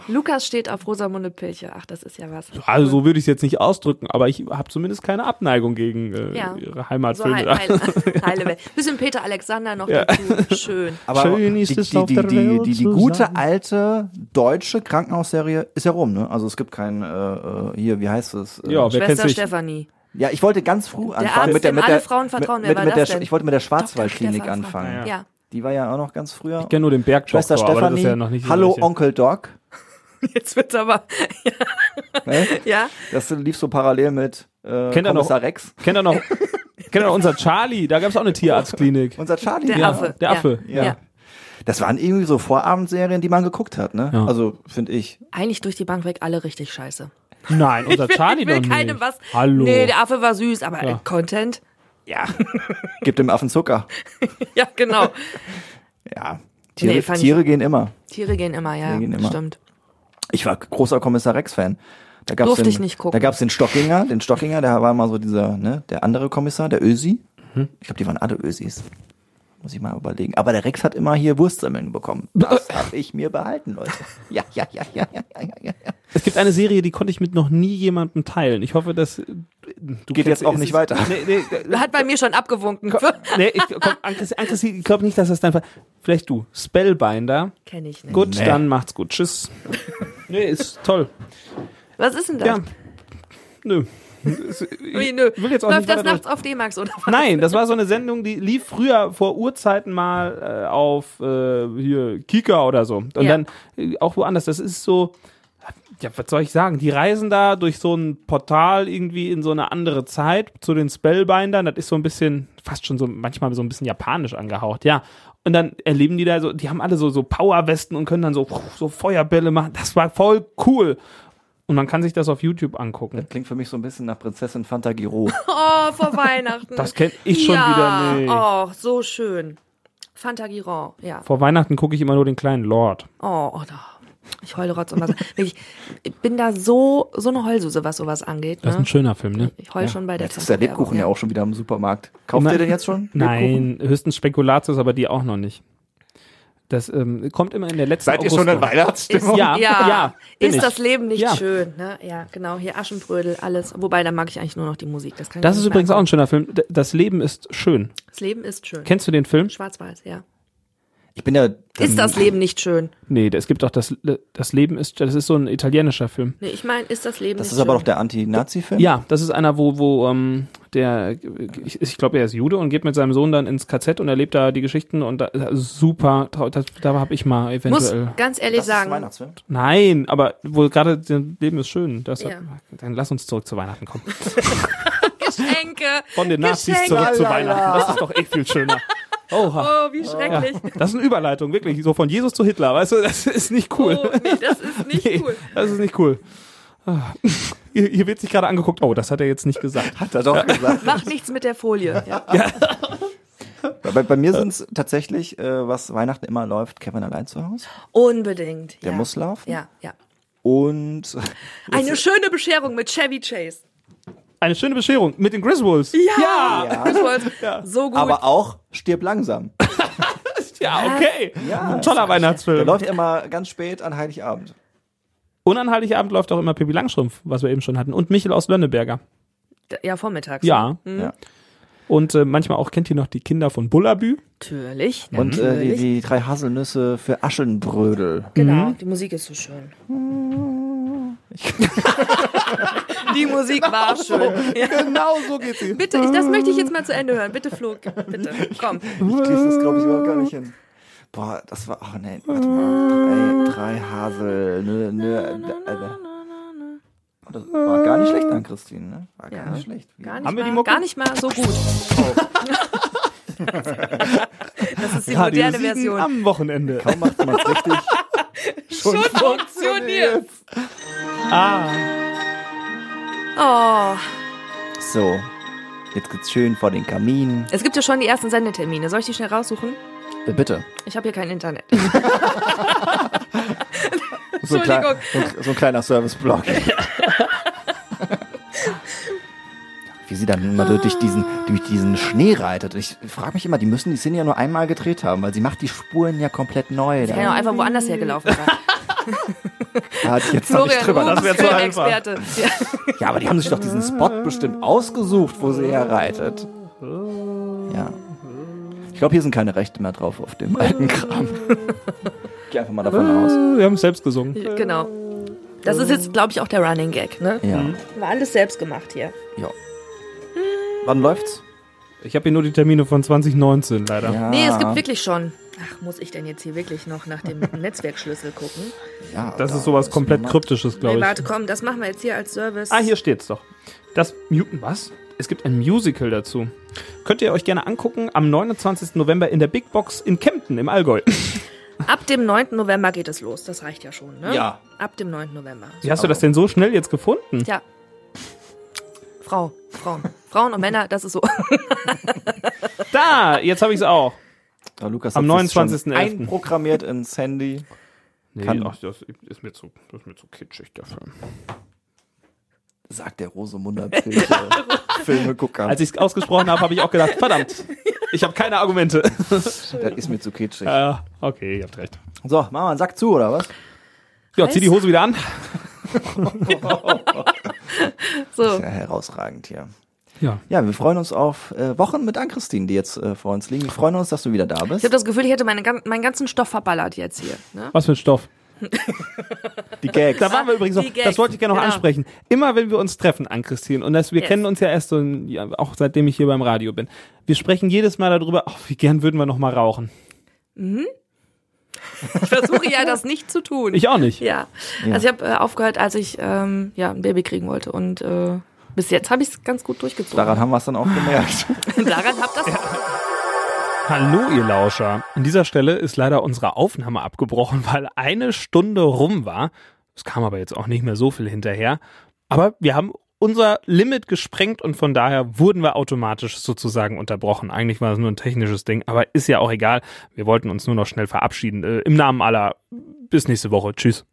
S4: Lukas steht auf Rosamunde Pilcher. Ach, das ist ja was.
S2: Also so würde ich es jetzt nicht ausdrücken, aber ich habe zumindest keine Abneigung gegen äh,
S4: Ja.
S2: ihre
S4: So
S2: Heimatfilme.
S4: heil, heil, heile Welt. Bisschen Peter Alexander noch dazu. Schön.
S3: Aber
S2: Schön ist
S3: die,
S2: es
S3: die,
S2: auf
S3: die,
S2: der
S3: die,
S2: Welt
S3: die, die
S2: zu
S3: gute
S2: sein.
S3: alte deutsche Krankenhausserie ist ja rum, ne? Also es gibt kein, äh, äh, hier, wie heißt es? Äh,
S2: Ja, wer kennt's
S4: Schwester
S2: nicht?
S4: Stefanie.
S3: ja, ich wollte ganz früh anfangen
S4: Arzt,
S3: mit der,
S4: dem
S3: mit
S4: alle
S3: der,
S4: Frauen vertrauen. Wer
S3: mit,
S4: war
S3: mit
S4: das
S3: der,
S4: denn?
S3: ich wollte mit der
S4: Dr.
S3: Schwarzwaldklinik
S4: Stefan
S3: anfangen.
S4: Frank. Ja.
S3: Die war ja auch noch ganz früher.
S2: Ich kenne nur den Bergdoktor,
S3: Schwester
S2: aber das
S3: Stefanie,
S2: ist ja noch nicht so
S3: Hallo
S2: richtig.
S3: Onkel Doc.
S4: Jetzt wird's aber.
S3: Ne?
S4: Ja.
S3: Das lief so parallel mit äh,
S2: Kennt ihr noch-
S3: Kommissar Rex.
S2: Kennt ihr noch, kennt ihr noch unser Charlie? Da gab es auch eine Tierarztklinik.
S3: Unser Charlie.
S4: Der
S2: Ja,
S4: Affe.
S2: der Affe.
S4: Ja.
S3: Ja. Das waren irgendwie so Vorabendserien, die man geguckt hat, ne?
S2: Ja.
S3: Also, finde ich.
S4: Eigentlich durch die Bank weg alle richtig scheiße.
S2: Nein, unser Charlie
S4: ich will
S2: doch
S4: keinem
S2: nicht.
S4: was.
S2: Hallo.
S4: Nee, der Affe war süß, aber
S2: Ja.
S4: äh, Content?
S3: Gibt dem Affen Zucker.
S4: Ja, genau.
S3: Ja. Tiere,
S4: Nee, fand ich-
S3: Tiere gehen immer.
S4: Tiere gehen immer, ja.
S3: Tiere gehen immer.
S4: Stimmt.
S3: Ich war großer Kommissar Rex-Fan. Da gab's
S4: Durfte
S3: den,
S4: ich nicht gucken.
S3: Da gab's den Stockinger, den Stockinger, der war mal so dieser, ne, der andere Kommissar, der Ösi.
S4: Mhm.
S3: Ich glaube, die waren alle Ösis. Muss ich mal überlegen. Aber der Rex hat immer hier Wurstsemmeln bekommen. Das habe ich mir behalten, Leute. Ja, ja, ja, ja, ja, ja, ja, ja.
S2: Es gibt eine Serie, die konnte ich mit noch nie jemandem teilen. Ich hoffe, dass äh, du
S3: Geht
S2: kennst-
S3: jetzt auch
S2: es
S3: nicht
S2: ist-
S3: weiter.
S2: Nee, nee,
S4: Hat bei mir schon abgewunken.
S2: nee, ich, komm, Anke, Anke, ich glaube nicht, dass das dein Fall. Vielleicht du. Spellbinder.
S4: Kenne ich nicht.
S2: Gut,
S3: Nee.
S2: dann macht's gut. Tschüss. Nee, ist toll.
S4: Was ist denn das?
S2: Ja. Nö.
S4: Ui, nö.
S2: will jetzt auch
S4: Läuft
S2: nicht
S4: das
S2: weiter
S4: nachts auf D-Max oder was?
S2: Nein, das war so eine Sendung, die lief früher vor Urzeiten mal äh, auf äh, hier Kika oder so. Und
S4: Ja.
S2: dann äh, auch woanders. Das ist so, ja, was soll ich sagen? Die reisen da durch so ein Portal irgendwie in so eine andere Zeit zu den Spellbindern. Das ist so ein bisschen, fast schon so, manchmal so ein bisschen japanisch angehaucht, ja. Und dann erleben die da so, die haben alle so, so Powerwesten und können dann so, so Feuerbälle machen. Das war voll cool. Und man kann sich das auf YouTube angucken.
S3: Klingt für mich so ein bisschen nach Prinzessin Fantagiro.
S4: Oh, vor Weihnachten.
S2: Das kenn ich schon
S4: ja.
S2: wieder nicht.
S4: Oh, so schön. Fantagiron, ja.
S2: Vor Weihnachten gucke ich immer nur den kleinen Lord.
S4: Oh, oh da. Ich heule Rotz und Wasser. Wirklich, ich bin da so, so eine Heulsuse, was sowas angeht.
S2: Das ist ein
S4: Ne?
S2: schöner Film, ne?
S4: Ich heul schon bei der
S3: Jetzt ist der
S4: Zahnfleischwerbung,
S3: Lebkuchen ja auch schon wieder im Supermarkt. Kauft ihr den jetzt schon? Lebkuchen?
S2: Nein, höchstens Spekulatius, aber die auch noch nicht. Das ähm, kommt immer in der letzten
S3: Seid ihr schon in
S2: Augustwoche.
S3: Weihnachtsstimmung?
S2: Ja,
S4: ja,
S2: ja, bin
S4: ist
S2: ich.
S4: das Leben nicht
S2: Ja.
S4: schön? Ne? Ja, genau, hier Aschenbrödel, alles. Wobei, da mag ich eigentlich nur noch die Musik. Das, kann ich
S2: Das
S4: nicht
S2: ist
S4: mehr
S2: übrigens auch ein
S4: angucken.
S2: schöner Film. D- Das Leben ist schön.
S4: Das Leben ist schön.
S2: Kennst du den Film?
S4: Schwarz-Weiß, ja.
S3: Ich bin ja.
S4: Ist das Leben nicht schön?
S2: Nee, es gibt doch das, das Leben ist, das ist so ein italienischer Film.
S4: Nee, ich meine, ist das Leben
S3: Das
S4: nicht
S3: ist aber
S4: schön?
S3: doch der Anti-Nazi-Film?
S2: Ja, das ist einer, wo, wo ähm, der, ich, ich glaube, er ist Jude und geht mit seinem Sohn dann ins KZ und erlebt da die Geschichten und da, super, trau- das, da habe ich mal
S4: Muss
S2: eventuell.
S4: ganz ehrlich
S3: Das ist ein
S4: sagen,
S3: Weihnachtsfilm.
S2: Nein, aber wo gerade das Leben ist schön. Das
S4: Ja.
S2: dann lass uns zurück zu Weihnachten kommen.
S4: Geschenke.
S2: Von den Nazis
S4: Geschenke.
S2: zurück zu
S3: Lalala.
S2: Weihnachten. Das ist doch eh viel schöner. Oha.
S4: Oh, wie
S2: Ja,
S4: schrecklich.
S2: das ist eine Überleitung, wirklich. So von Jesus zu Hitler, weißt du, das ist nicht cool.
S4: Oh, nee, das ist nicht
S2: Nee,
S4: cool.
S2: Das ist nicht cool. Ah. Hier, hier wird sich gerade angeguckt, oh, das hat er jetzt nicht gesagt.
S3: Hat er doch gesagt.
S4: Macht nichts mit der Folie. Ja.
S3: Bei, bei mir sind es tatsächlich, äh, was Weihnachten immer läuft, Kevin allein zu Hause.
S4: Unbedingt.
S3: Der
S4: ja.
S3: muss laufen.
S4: Ja, ja.
S3: Und
S4: Eine schöne Bescherung mit Chevy Chase.
S2: Eine schöne Bescherung mit den Griswolds.
S4: Ja, Das war's. so gut.
S3: aber auch stirb langsam.
S2: Ja, okay.
S3: Ja.
S2: Ein toller
S3: Der
S2: Weihnachtsfilm.
S3: läuft immer ganz spät an Heiligabend.
S2: Und an Heiligabend läuft auch immer Pippi Langstrumpf, was wir eben schon hatten. Und Michel aus Lönneberger.
S4: ja, vormittags.
S2: Ja.
S4: Mhm.
S3: Ja.
S2: Und äh, manchmal auch kennt ihr noch die Kinder von Bullabü.
S4: Natürlich.
S3: Und äh, die, Mhm.
S4: natürlich.
S3: die drei Haselnüsse für Aschenbrödel.
S4: genau, die Musik ist so schön. die Musik war schön. Ja.
S3: Genau so geht sie.
S4: Bitte, ich, das möchte ich jetzt mal zu Ende hören. Bitte, Flo, bitte, komm.
S3: Ich krieg das, glaube ich, überhaupt gar nicht hin. Boah, das war. Ach nee, warte mal. Drei, drei Hasel. Nö, nö, äh, äh, Oh, das war gar nicht schlecht an Christine, ne? War gar
S4: Äh. Ja.
S3: nicht schlecht. genau
S4: Gar nicht,
S2: Haben wir die
S4: mal,
S2: Mucke? Oh.
S4: gar nicht mal so gut. das ist die
S2: Radio
S4: moderne
S2: Siegen
S4: Version.
S2: am Wochenende.
S3: Kaum macht man es richtig.
S4: Schon funktioniert.
S2: Ah,
S4: Oh,
S3: So. Jetzt geht's schön vor den Kamin.
S4: es gibt ja schon die ersten Sendetermine. Soll ich die schnell raussuchen?
S3: Äh, bitte.
S4: Ich habe hier kein Internet.
S3: So ein, klein- so,
S4: Entschuldigung.
S3: ein- so ein kleiner Service-Blog. Wie sie dann immer durch diesen, durch diesen Schnee reitet. Ich frage mich immer, die müssen die Szene ja nur einmal gedreht haben, weil sie macht die Spuren ja komplett neu.
S4: Ich kann ja
S3: Da,
S4: auch einfach woanders hergelaufen sein.
S3: da hatte ich jetzt noch nicht
S4: Florian
S3: drüber.
S2: Ruf.
S4: Rubens,
S2: wär zu einfach.
S4: Filmexperte. Ja.
S3: Ja, aber die haben sich doch diesen Spot bestimmt ausgesucht, wo sie herreitet. Ja. Ich glaube, hier sind keine Rechte mehr drauf auf dem alten Kram. Geh einfach mal davon aus.
S2: wir haben es selbst gesungen.
S4: Genau. Das ist jetzt, glaube ich, auch der Running Gag. Ne?
S3: Ja.
S4: War alles selbst gemacht hier.
S3: ja. Wann läuft's?
S2: Ich habe hier nur die Termine von 2019 leider.
S3: Ja.
S4: Nee, es gibt wirklich schon. Ach, muss ich denn jetzt hier wirklich noch nach dem Netzwerkschlüssel gucken?
S3: Ja,
S2: Das
S3: da
S2: ist sowas komplett
S3: jemand.
S2: Kryptisches, glaube
S4: Nee,
S2: ich.
S4: warte, komm, das machen wir jetzt hier als Service.
S2: Ah, hier steht's doch. Das Mutant, was? Es gibt ein Musical dazu. Könnt ihr euch gerne angucken am 29. November in der Big Box in Kempten im Allgäu.
S4: Ab dem 9. November geht es los. Das reicht ja schon, ne?
S3: Ja.
S4: Ab dem 9. November.
S2: Wie hast du das denn so schnell jetzt gefunden?
S4: Tja. Frau, Frauen. Frauen und Männer, das ist so.
S2: Da, jetzt habe ich es auch.
S3: Ja, Lukas
S2: Am
S3: hat sich schon
S2: 29.11..
S3: Einprogrammiert ins Handy.
S2: Nee,
S3: Kann-
S2: ach, das ist mir zu, das ist mir zu kitschig dafür.
S3: Sagt der Rosemunder Pilcher. Filmegucker.
S2: Als ich es ausgesprochen habe, habe ich auch gedacht, verdammt, ich habe keine Argumente.
S3: das ist mir zu kitschig.
S2: Äh, okay, ihr habt recht.
S3: So, Mama, sag zu, oder was?
S2: Ja, zieh die Hose wieder an.
S4: So.
S3: Ist ja herausragend hier.
S2: Ja.
S3: Ja, wir freuen uns auf äh, Wochen mit Ann-Christine, die jetzt äh, vor uns liegen. Wir freuen uns, dass du wieder da
S4: Ich habe
S3: bist.
S4: das Gefühl, ich hätte meine, gan- meinen ganzen Stoff verballert jetzt hier. Ne?
S2: Was für ein Stoff.
S3: Die Gags.
S2: Da waren wir übrigens noch,
S4: die Gags,
S2: das wollte ich gerne noch
S4: genau.
S2: ansprechen. Immer wenn wir uns treffen, an Christine, und das, wir
S4: Yes.
S2: kennen uns ja erst so, ein- ja, auch seitdem ich hier beim Radio bin. Wir sprechen jedes Mal darüber, ach, wie gern würden wir noch mal rauchen.
S4: Ich versuche ja, das nicht zu tun.
S2: Ich auch nicht.
S4: Ja. Also ich habe äh, aufgehört, als ich ähm, ja, ein Baby kriegen wollte. Und äh, bis jetzt habe ich es ganz gut durchgezogen.
S3: Daran haben wir es dann auch gemerkt.
S4: Daran habt das
S2: Hallo, ihr Lauscher. An dieser Stelle ist leider unsere Aufnahme abgebrochen, weil eine Stunde rum war. Es kam aber jetzt auch nicht mehr so viel hinterher. Aber wir haben unser Limit gesprengt und von daher wurden wir automatisch sozusagen unterbrochen. Eigentlich war es nur ein technisches Ding, aber ist ja auch egal. Wir wollten uns nur noch schnell verabschieden. Äh, Im Namen aller, bis nächste Woche. Tschüss.